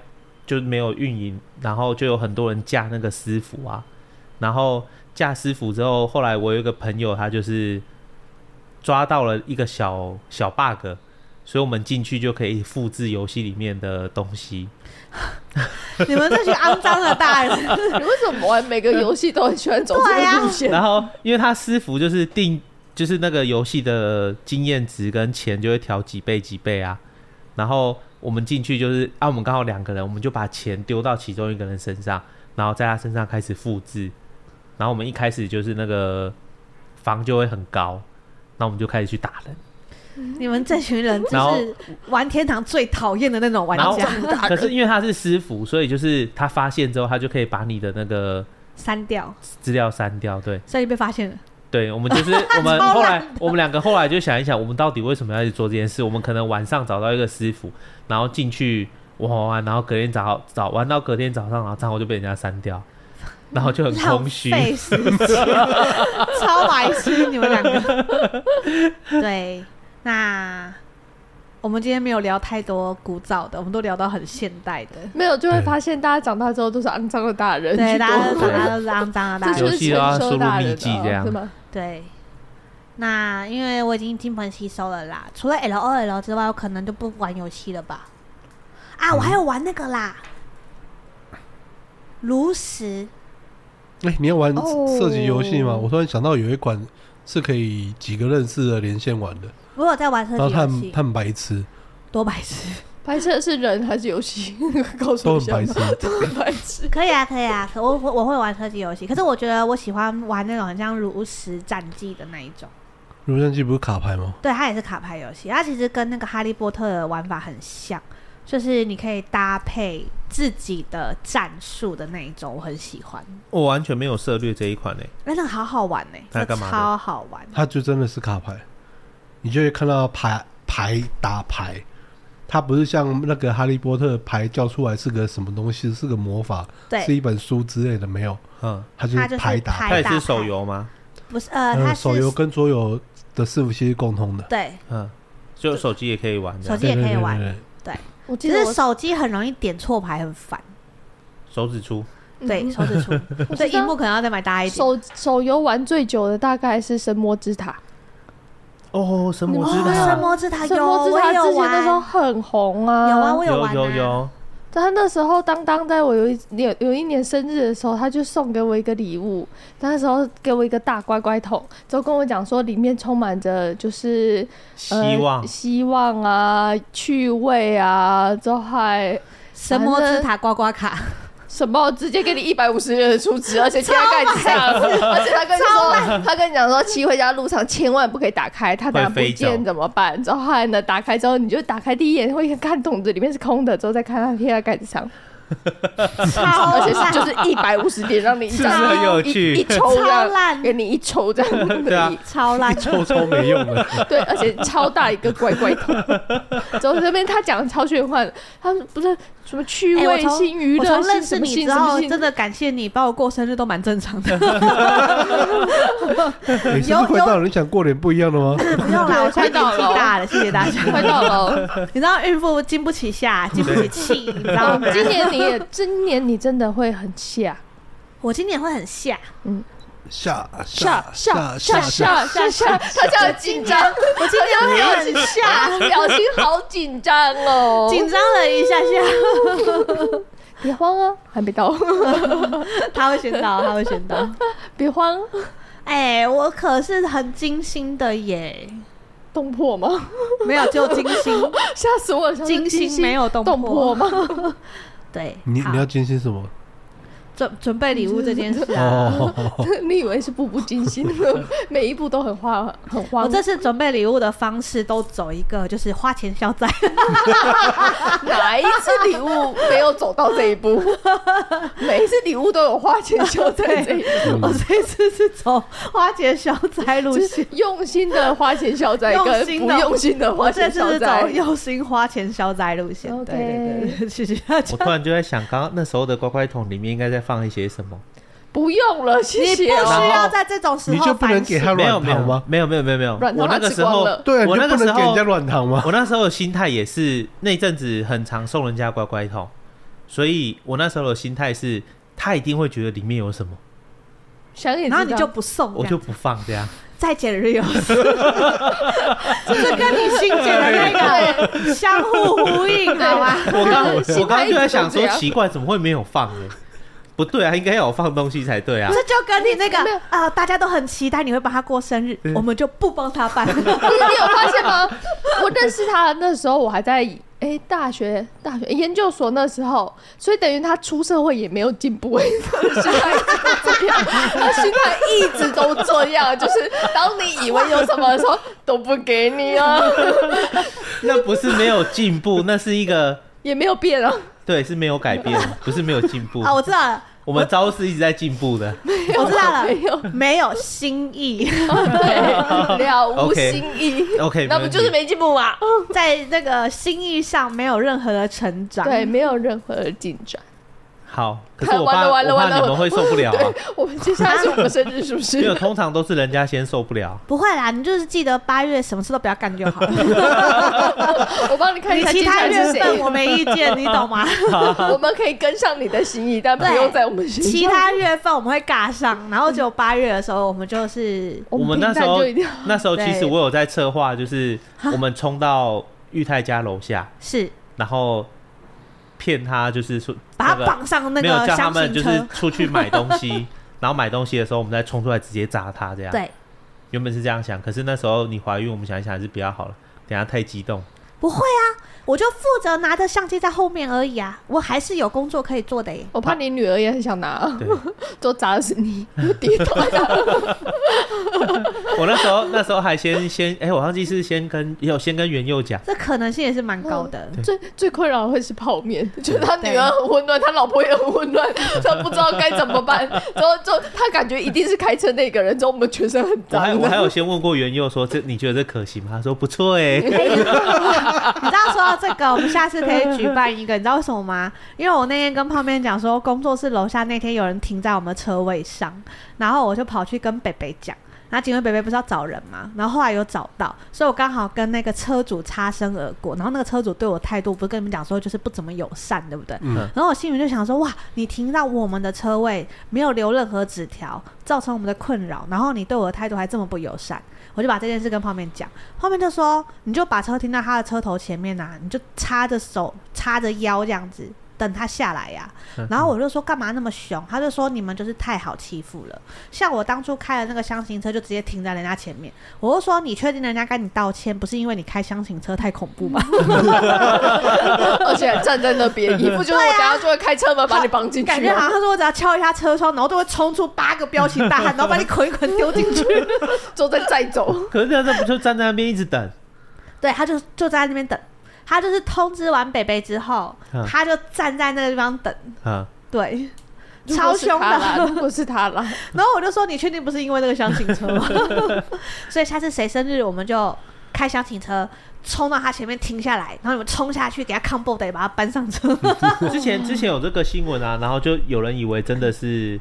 Speaker 4: 就没有运营，然后就有很多人架那个私服啊，然后架私服之后，后来我有一个朋友他就是抓到了一个小小 bug，所以我们进去就可以复制游戏里面的东西。
Speaker 2: 你们这群 肮脏的大人，
Speaker 3: 你为什么玩每个游戏 都很喜欢走这
Speaker 2: 对啊
Speaker 3: 个路线？
Speaker 4: 然后因为他私服就是定，就是那个游戏的经验值跟钱就会调几倍几倍啊。然后我们进去就是啊，我们刚好两个人，我们就把钱丢到其中一个人身上，然后在他身上开始复制。然后我们一开始就是那个房就会很高，那我们就开始去打人。
Speaker 2: 你们这群 人
Speaker 4: 然
Speaker 2: 就
Speaker 4: 后
Speaker 2: 是玩天堂最讨厌的那种玩
Speaker 4: 然后
Speaker 2: 家，
Speaker 4: 可是因为他是私服，所以就是他发现之后，他就可以把你的那个
Speaker 2: 删掉，
Speaker 4: 资料删掉。对，
Speaker 2: 所以被发现了。
Speaker 4: 对，我们 就是我们后来，我们两个后来就想一想，我们到底为什么要一直做这件事？我们可能晚上找到一个师傅，然后进去玩玩玩，然后隔天早早玩到隔天早上，然后账号就被人家删掉，然后就很
Speaker 2: 浪
Speaker 4: 空虚。
Speaker 2: 费时间，超白痴你们两个。 对，那我们今天没有聊太多古早的，我们都聊到很现代的。
Speaker 3: 没有，就会发现大家长大之后都是肮脏的大 人。
Speaker 2: 对，
Speaker 3: 居多
Speaker 2: 大家都大家都是肮脏的大人
Speaker 3: 这就。
Speaker 4: 游
Speaker 3: 是
Speaker 4: 戏都要
Speaker 3: 成
Speaker 4: 输
Speaker 3: 熟
Speaker 4: 入
Speaker 3: 大
Speaker 4: 秘
Speaker 3: 人
Speaker 4: 籍
Speaker 3: 的哦
Speaker 4: 这样
Speaker 3: 是吗？
Speaker 2: 对，那因为我已经金盆吸收了啦，除了 L O L 之外，我可能就不玩游戏了吧？啊，我还有玩那个啦，炉石。
Speaker 1: 哎，你要玩
Speaker 3: 哦
Speaker 1: 射击游戏吗？我突然想到有一款是可以几个认识的连线玩的，
Speaker 2: 如果在玩射
Speaker 1: 然后
Speaker 2: 击
Speaker 1: 他
Speaker 2: 游
Speaker 1: 们
Speaker 2: 戏，
Speaker 1: 他们白痴，
Speaker 2: 多白痴。
Speaker 3: 拍摄是人还是游戏？ 告诉
Speaker 1: 都
Speaker 3: 我一
Speaker 1: 很白。
Speaker 3: 下
Speaker 1: 痴，
Speaker 3: 都很白痴。
Speaker 2: 可以啊，可以啊，可我我我会玩射击游戏，可是我觉得我喜欢玩那种很像炉石战记的那一种。
Speaker 1: 录像机不是卡牌吗？
Speaker 2: 对，它也是卡牌游戏，它其实跟那个哈利波特的玩法很像，就是你可以搭配自己的战术的那一种，我很喜欢。
Speaker 4: 我完全没有涉略这一款呢、欸
Speaker 2: 哎，那个好好玩呢、
Speaker 4: 那
Speaker 2: 那
Speaker 4: 干嘛的
Speaker 2: 超好玩。
Speaker 1: 它就真的是卡牌，你就会看到牌牌打牌，它不是像那个哈利波特牌叫出来是个什么东西，是个魔法，是
Speaker 2: 对，
Speaker 1: 一本书之类的，没有，
Speaker 4: 嗯，
Speaker 1: 它就
Speaker 2: 它就是
Speaker 1: 牌打。
Speaker 2: 牌
Speaker 4: 它也
Speaker 2: 打
Speaker 4: 是手游吗？
Speaker 2: 不是呃，它
Speaker 1: 呃，
Speaker 2: 是
Speaker 1: 手游跟桌游的伺服器是共通的，
Speaker 2: 对
Speaker 4: 嗯，就手机也可以玩这
Speaker 2: 手
Speaker 4: 样，
Speaker 2: 机也可
Speaker 1: 对
Speaker 2: 以
Speaker 1: 对
Speaker 2: 玩
Speaker 1: 对，对
Speaker 3: 我记
Speaker 2: 其
Speaker 3: 得
Speaker 2: 实
Speaker 3: 我
Speaker 2: 手机很容易点错牌，很烦。
Speaker 4: 手指出。
Speaker 2: 对，手 指出，
Speaker 3: 我
Speaker 2: 所
Speaker 3: 嗯知
Speaker 2: 以荧幕
Speaker 3: 道
Speaker 2: 可能要再买大一点。
Speaker 3: 手手游玩最久的大概是《神魔之塔》，
Speaker 4: 哦，神魔
Speaker 3: 魔
Speaker 4: 之
Speaker 3: 之
Speaker 2: 哦
Speaker 3: 塔
Speaker 2: 神
Speaker 4: 塔，
Speaker 2: 魔之塔
Speaker 3: 《
Speaker 2: 有，
Speaker 3: 神魔之
Speaker 2: 我
Speaker 3: 塔
Speaker 2: 也》有
Speaker 3: 之前那时候
Speaker 2: 玩，
Speaker 3: 很红啊。
Speaker 2: 有啊，我有
Speaker 4: 有
Speaker 2: 玩、啊，
Speaker 4: 有有，
Speaker 3: 但他那时候，当当在我有一有有一年生日的时候，他就送给我一个礼物。他那时候给我一个大乖乖桶，就跟我讲说里面充满着就是
Speaker 4: 希望
Speaker 3: 呃、希望啊、趣味啊，之后还
Speaker 2: 神魔之塔刮刮卡，
Speaker 3: 什么？直接给你一百五十元的出值，而且现在盖子 上，而且他跟你说，他跟你讲说，骑回家路上千万不可以打开，他拿不
Speaker 4: 会飞走
Speaker 3: 见怎么办？然后后来呢，打开之后，你就打开第一眼会看桶子里面是空的，之后再看它贴在盖子上，
Speaker 2: 超
Speaker 3: 而且
Speaker 2: 烂
Speaker 3: 是就是一百五十点让你
Speaker 4: 是不是很有趣
Speaker 3: 一一抽这样
Speaker 2: 超烂
Speaker 3: 给你一抽这样的
Speaker 4: 对啊
Speaker 2: 超烂，
Speaker 1: 抽抽没用 的，
Speaker 3: 对，而且超大一个怪怪 头。然后这边他讲超玄幻，他不是什么趣
Speaker 2: 哎我
Speaker 3: 味
Speaker 2: 从
Speaker 3: 性、娱
Speaker 2: 我
Speaker 3: 乐
Speaker 2: 从认
Speaker 3: 性、什
Speaker 2: 识
Speaker 3: 么
Speaker 2: 你
Speaker 3: 性、
Speaker 2: 之
Speaker 3: 什么
Speaker 2: 后，
Speaker 3: 性，
Speaker 2: 真的感谢你帮我过生日都蛮正常 的。
Speaker 1: 你是不是回到了你想过年不一样的吗？
Speaker 2: 不用啦，我现在年纪大了，谢谢大家。
Speaker 3: 快到 了。哦
Speaker 2: 你知道孕妇经不起吓，经不起气，你知道吗？
Speaker 3: 今年你也，今年你真的会很气啊！
Speaker 2: 我今年会很吓，
Speaker 1: 下
Speaker 3: 下下
Speaker 4: 啊
Speaker 3: 下
Speaker 1: 下，
Speaker 3: 下下下，啊他这样紧张，我今
Speaker 2: 年
Speaker 3: 天
Speaker 2: 会很吓，
Speaker 3: 表情好紧张哦，
Speaker 2: 紧张了一下下，
Speaker 3: 别慌啊，还没到，
Speaker 2: 他会先到，他会先到。
Speaker 3: 别慌，
Speaker 2: 哎、我可是很精心的耶，
Speaker 3: 动魄吗？
Speaker 2: 没有，只有精心，
Speaker 3: 吓死我了！想说
Speaker 2: 精心没有动
Speaker 3: 动
Speaker 2: 魄
Speaker 3: 魄 吗？
Speaker 2: 对，
Speaker 1: 你
Speaker 2: 好
Speaker 1: 你要坚信什么？
Speaker 2: 准准备礼物这件事啊。
Speaker 1: 哦，
Speaker 3: 你以为是步步惊心， 每一步都很花很花。
Speaker 2: 我这次准备礼物的方式都走一个，就是花钱消灾。
Speaker 3: 哪一次礼物没有走到这一步？ 每一次礼物都有花钱消灾 这一步，
Speaker 1: 嗯
Speaker 2: 我这次是走花钱消灾路
Speaker 3: 就
Speaker 2: 线
Speaker 3: 是。用心的花钱消灾跟
Speaker 2: 用
Speaker 3: 不
Speaker 2: 心的
Speaker 3: 用心的 花
Speaker 2: 我这
Speaker 3: 钱
Speaker 2: 次
Speaker 3: 消
Speaker 2: 是走
Speaker 3: 灾。
Speaker 2: 用心花钱消灾路线。
Speaker 3: OK
Speaker 2: 对对对对，谢谢大家
Speaker 4: 我。突然就在想，刚刚那时候的乖乖桶里面应该在放一些什么？
Speaker 3: 不用了，谢
Speaker 2: 你不需
Speaker 3: 谢哦。
Speaker 2: 要在这种时候
Speaker 1: 你就不能
Speaker 2: 反
Speaker 1: 给
Speaker 2: 省
Speaker 1: 他
Speaker 4: 没有
Speaker 1: 软
Speaker 4: 没有
Speaker 1: 糖吗？
Speaker 4: 没有没有没有没有，
Speaker 3: 软糖
Speaker 4: 我那个
Speaker 3: 他吃
Speaker 4: 时
Speaker 3: 光
Speaker 4: 候
Speaker 3: 了
Speaker 1: 对啊，
Speaker 4: 我
Speaker 1: 你
Speaker 4: 那
Speaker 1: 就不
Speaker 4: 个时
Speaker 1: 能给人
Speaker 4: 候
Speaker 1: 家软糖吗？
Speaker 4: 我那时候的心态也是那阵子很常送人家乖乖桶，所以我那时候的心态是，他一定会觉得里面有什么，
Speaker 3: 想也知
Speaker 2: 然
Speaker 3: 道
Speaker 2: 后你就不
Speaker 3: 哦
Speaker 2: 送，
Speaker 4: 我就不放 这样。
Speaker 2: 再捡 reels，就是跟你新捡的那个相互呼应，好吗？
Speaker 4: 我刚
Speaker 3: 对心态
Speaker 4: 我刚刚就在想
Speaker 3: 一
Speaker 4: 说
Speaker 3: 直都这，样
Speaker 4: 奇怪，怎么会没有放呢？不对啊，应该要有放东西才对啊。
Speaker 2: 这就跟你那个
Speaker 3: 没有
Speaker 2: 啊、大家都很期待你会帮他过生日，我们就不帮他办。
Speaker 3: 你你有发现吗？ 我认识他那时候，我还在哎、大学大学、研究所那时候，所以等于他出社会也没有进步，哎他的 心态一直都这样，他心态一直都这样，就是当你以为有什么的时候都不给你 啊，
Speaker 4: 那不是没有进步，那是一个
Speaker 3: 也没有变 啊。
Speaker 4: 对是没有改 变，不是没有进步。
Speaker 2: 啊，我知道了，
Speaker 4: 我们招式一直在进步的。
Speaker 2: 我知道了
Speaker 3: 没有，
Speaker 2: 没有新 意，
Speaker 3: 对，了无
Speaker 4: OK
Speaker 3: 新意。
Speaker 4: OK，
Speaker 3: 那不就是
Speaker 4: 没
Speaker 3: 没进步啊嘛？
Speaker 2: 在那个心意上没有任何的成长。
Speaker 3: 对，，没有任何的进展。
Speaker 4: 问题好？ 可是我
Speaker 3: 完
Speaker 4: 怕
Speaker 3: 了
Speaker 4: 我
Speaker 3: 完了完
Speaker 4: 怕
Speaker 3: 了，
Speaker 4: 你们会受不了啊，
Speaker 3: 对， 我们接下来是我们生日，是不
Speaker 4: 因为
Speaker 3: 是？
Speaker 4: 通常都是人家先受不了。
Speaker 2: 不会啦，你就是记得八月什么事都不要干就好了。
Speaker 3: 我帮你 看一
Speaker 2: 你
Speaker 3: 下
Speaker 2: 其
Speaker 3: 接下
Speaker 2: 他
Speaker 3: 来
Speaker 2: 月
Speaker 3: 是谁。
Speaker 2: 份我没意见，你懂 吗？
Speaker 3: 我们可以跟上你的心意，但不用在我们身上。
Speaker 2: 其他月份我们会尬上，然后只有八月的时候我们就是
Speaker 3: 我
Speaker 4: 我
Speaker 3: 们
Speaker 4: 们那
Speaker 3: 平
Speaker 4: 时
Speaker 3: 淡
Speaker 4: 候
Speaker 3: 就一定要
Speaker 4: 那时候其实
Speaker 2: 对
Speaker 4: 我有在策划，就是我们冲到裕泰家楼下，
Speaker 2: 是
Speaker 4: 然后骗他，就是说
Speaker 2: 把
Speaker 4: 那个
Speaker 2: 它绑上那
Speaker 4: 没有
Speaker 2: 个
Speaker 4: 叫他
Speaker 2: 箱
Speaker 4: 们
Speaker 2: 型
Speaker 4: 就是
Speaker 2: 车，
Speaker 4: 出去买东 西，然后买东西的时候我们再冲出来直接砸他这样。，
Speaker 2: 对，
Speaker 4: 原本是这样想，可是那时候你怀孕，我们想一想还是比较好了，等一下太激动。
Speaker 2: 不会啊，我就负责拿着相机在后面而已啊，我还是有工作可以做的耶。
Speaker 3: 我怕你女儿也很想拿，
Speaker 4: 对，
Speaker 3: 都砸死你，跌倒呀！
Speaker 4: 我那时候那时候还先先哎、我忘记是先跟也有先跟元佑讲，
Speaker 2: 这可能性也是蛮高的，
Speaker 3: 最最困扰的会是泡面，就是他女儿很混乱，他老婆也很 混乱，他不知道该怎么办。然后就他感觉一定是开车那个人，之后我们全身很
Speaker 4: 我还
Speaker 3: 脏。
Speaker 4: 我还有先问过元佑说这你觉得这可行吗？他说不错 哎、
Speaker 2: 你知道说到这个，我们下次可以举办一个，你知道为什么吗？因为我那天跟旁边讲说，工作室楼下那天有人停在我们车位上，然后我就跑去跟北北讲。然后警卫北北不是要找人嘛，然后后来有找到，所以我刚好跟那个车主擦身而过。然后那个车主对我态度，不是跟你们讲说就是不怎么友善，对不对？
Speaker 1: 嗯
Speaker 2: 然后我心里就想说，哇，你停到我们的车位，没有留任何纸条，造成我们的困扰，然后你对我的态度还这么不友善，我就把这件事跟泡面讲，泡面就说，你就把车停到他的车头前面啊，你就插着手，插着腰这样子。等他下来呀、
Speaker 4: 嗯
Speaker 2: 然后我就说干嘛那么凶？啊他就说你们就是太好欺负了。像我当初开的那个箱型车，就直接停在人家前面。我就说你确定人家跟你道歉，不是因为你开箱型车太恐怖吗？
Speaker 3: 而且还站在那边，一副就是我等下就会开车 门把你绑进
Speaker 2: 感
Speaker 3: 去
Speaker 2: 觉好
Speaker 3: 啊，
Speaker 2: 像说我只要敲一下车窗，然后就会冲出八个彪 形大汉，然后把你捆一捆丢进去。
Speaker 3: 之后再载走。
Speaker 4: 可是那那不就站在那边一直等？
Speaker 2: 对，他就就在那边等。他就是通知完北北之后，
Speaker 4: 嗯
Speaker 2: 他就站在那个地方等。
Speaker 4: 啊，
Speaker 2: 对，
Speaker 3: 如
Speaker 2: 超
Speaker 3: 果是
Speaker 2: 凶
Speaker 3: 他啦
Speaker 2: 的。哦
Speaker 3: 如果是他啦，
Speaker 2: 然后我就说：“你确定不是因为那个箱型车 吗？”所以下次谁生日，我们就开箱型车冲到他前面停下来，然后你们冲下去给他 combo 得把他搬上车。
Speaker 4: 之前之前有这个新闻啊，然后就有人以为真的是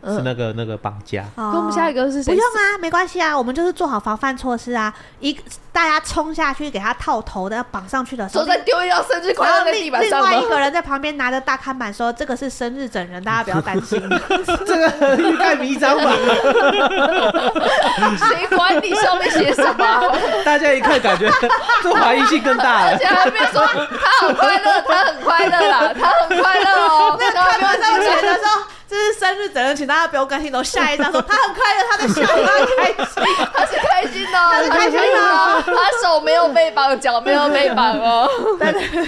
Speaker 3: 嗯
Speaker 4: 是那个那个绑架，
Speaker 2: 跟
Speaker 3: 跟我们下一个是
Speaker 2: 不
Speaker 3: 谁？
Speaker 2: 用啊，没关系啊，我们就是做好防范措施啊。一个大家冲下去给他套头的绑上去的时候
Speaker 3: 手，再丢一张生日快
Speaker 2: 然
Speaker 3: 乐
Speaker 2: 后
Speaker 3: 在
Speaker 2: 另
Speaker 3: 地板上
Speaker 2: 啊另外一
Speaker 3: 吗？
Speaker 2: 个人在旁边拿着大看板说：“这个是生日整人，大家不要担 心。
Speaker 4: 这个欲盖弥彰吧？
Speaker 3: 谁管你上面写什么？
Speaker 4: 大家一看感觉这怀疑性更大
Speaker 3: 而
Speaker 4: 了
Speaker 3: 且。还没有说他很快乐，他很快乐啦，他很快乐 哦。
Speaker 2: 那个
Speaker 3: 千万
Speaker 2: 看
Speaker 3: 不要
Speaker 2: 板上
Speaker 3: 紧张
Speaker 2: 写的说：“这是生日整人，请大家不用担心。”然后下一张说：“他很快乐，他在笑，他开心。
Speaker 3: 他是开心的哦，他
Speaker 2: 是开心的哦
Speaker 3: 是开心的哦，他手没有被绑，脚没有被绑哦。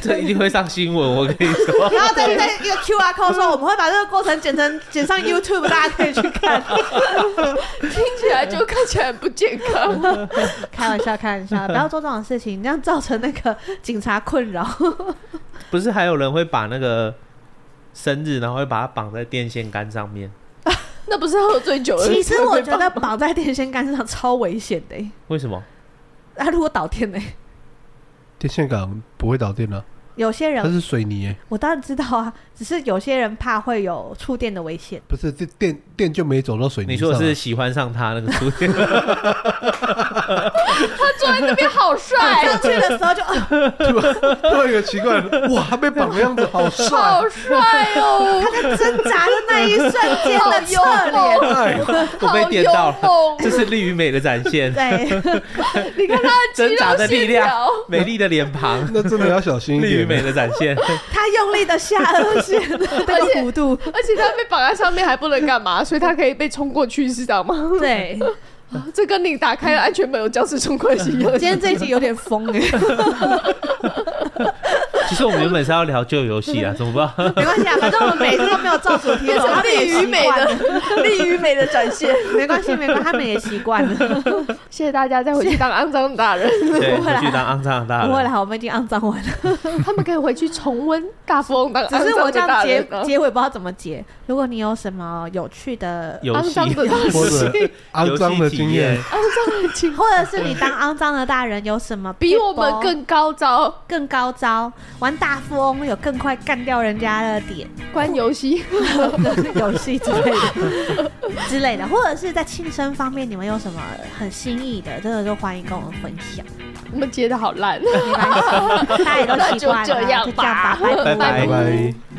Speaker 4: 这一定会上新闻，我跟你说。”
Speaker 2: 然后在在一个 QR code 说：“我们会把这个过程剪成剪上 YouTube，大家可以去看。
Speaker 3: 听起来就看起来很不健康。”
Speaker 2: 开玩笑，开玩笑，不要做这种事情，这样造成那个警察困 扰。
Speaker 4: 不是还有人会把那个生日，然后会把它绑在电线杆上面？
Speaker 3: 那不是喝醉酒了？
Speaker 2: 其实我觉得绑在电线杆上超危险的、欸，
Speaker 4: 为什么？
Speaker 2: 他、如果倒电呢、
Speaker 1: 电线杆不会导电的、
Speaker 2: 有些
Speaker 1: 它
Speaker 2: 人
Speaker 1: 是水泥、欸，
Speaker 2: 我当然知道啊，只是有些人怕会有触电的危 险。
Speaker 1: 不是这电电就没走到水
Speaker 4: 你
Speaker 1: 泥上、
Speaker 4: 说
Speaker 1: 啊。
Speaker 4: 的是喜欢上他那个书店？
Speaker 3: 他坐在那边好帅，
Speaker 2: 哎上去的 时候就、呃
Speaker 1: 突然突然有奇怪的，哇，他被绑的样子 好帅
Speaker 3: 好，帅哦，
Speaker 2: 他在挣扎的那一瞬间
Speaker 3: 好
Speaker 2: 的
Speaker 3: 幽
Speaker 2: 侧脸。
Speaker 3: 默，
Speaker 1: 哎
Speaker 4: 我被电到了
Speaker 3: 好幽
Speaker 4: 这是利于美的展 现，
Speaker 2: 对，
Speaker 3: 你看他的肌
Speaker 4: 挣
Speaker 3: 肉
Speaker 4: 扎的力
Speaker 3: 线
Speaker 4: 量
Speaker 3: 条，
Speaker 4: 美丽的脸庞，
Speaker 1: 那真的要小心一
Speaker 4: 利于
Speaker 1: 点、
Speaker 4: 美的展现。
Speaker 2: 他用力的下颚线，那 个弧度，
Speaker 3: 而且他被绑在上面还不能干嘛，所以他可以被冲过去，知道吗？
Speaker 2: 对，
Speaker 3: 这跟你打开了安全门有僵尸冲关系一样。
Speaker 2: 今天这一集有点疯哎、
Speaker 4: 其实我们原本是要聊旧游 戏啊，怎么办？
Speaker 2: 没关系啊，反正我们每次都没有照主题，
Speaker 3: 变成利于美的，利于美的展现。
Speaker 2: 没关系，没关系，他们也习惯了。
Speaker 3: 谢谢大家，再回去当肮脏的大人。
Speaker 4: 对，
Speaker 2: 不会啦
Speaker 4: 回去当肮脏的大
Speaker 2: 不会
Speaker 4: 人。
Speaker 2: 啦，我们已经肮脏完了，
Speaker 3: 他们可以回去重温大富翁当肮
Speaker 2: 只是我这
Speaker 3: 脏的
Speaker 2: 样
Speaker 3: 大
Speaker 2: 结
Speaker 3: 人啊。
Speaker 2: 结尾不知道怎么结。如果你有什么有趣的
Speaker 4: 游
Speaker 3: 肮
Speaker 4: 戏
Speaker 3: 脏的大 人，
Speaker 1: 或 者
Speaker 3: 肮
Speaker 1: 肮脏的经验，
Speaker 3: 脏的 情
Speaker 2: 或者是你当肮脏的大人有什么
Speaker 3: 比我们
Speaker 2: pitfall，
Speaker 3: 更高招。
Speaker 2: 更高招，玩大富翁有更快干掉人家的 点
Speaker 3: 关游戏，
Speaker 2: 游戏之类的 之类的，或者是在庆生方面你们有什么很新意的，这个就欢迎跟我们分 享。
Speaker 3: 我们接的好烂。
Speaker 2: 没关系，大家也都
Speaker 3: 那
Speaker 2: 习
Speaker 3: 就
Speaker 2: 惯了，
Speaker 3: 这样
Speaker 2: 就这样吧，
Speaker 3: 吧
Speaker 2: 拜
Speaker 4: 拜
Speaker 2: 拜
Speaker 4: 拜
Speaker 1: 拜拜。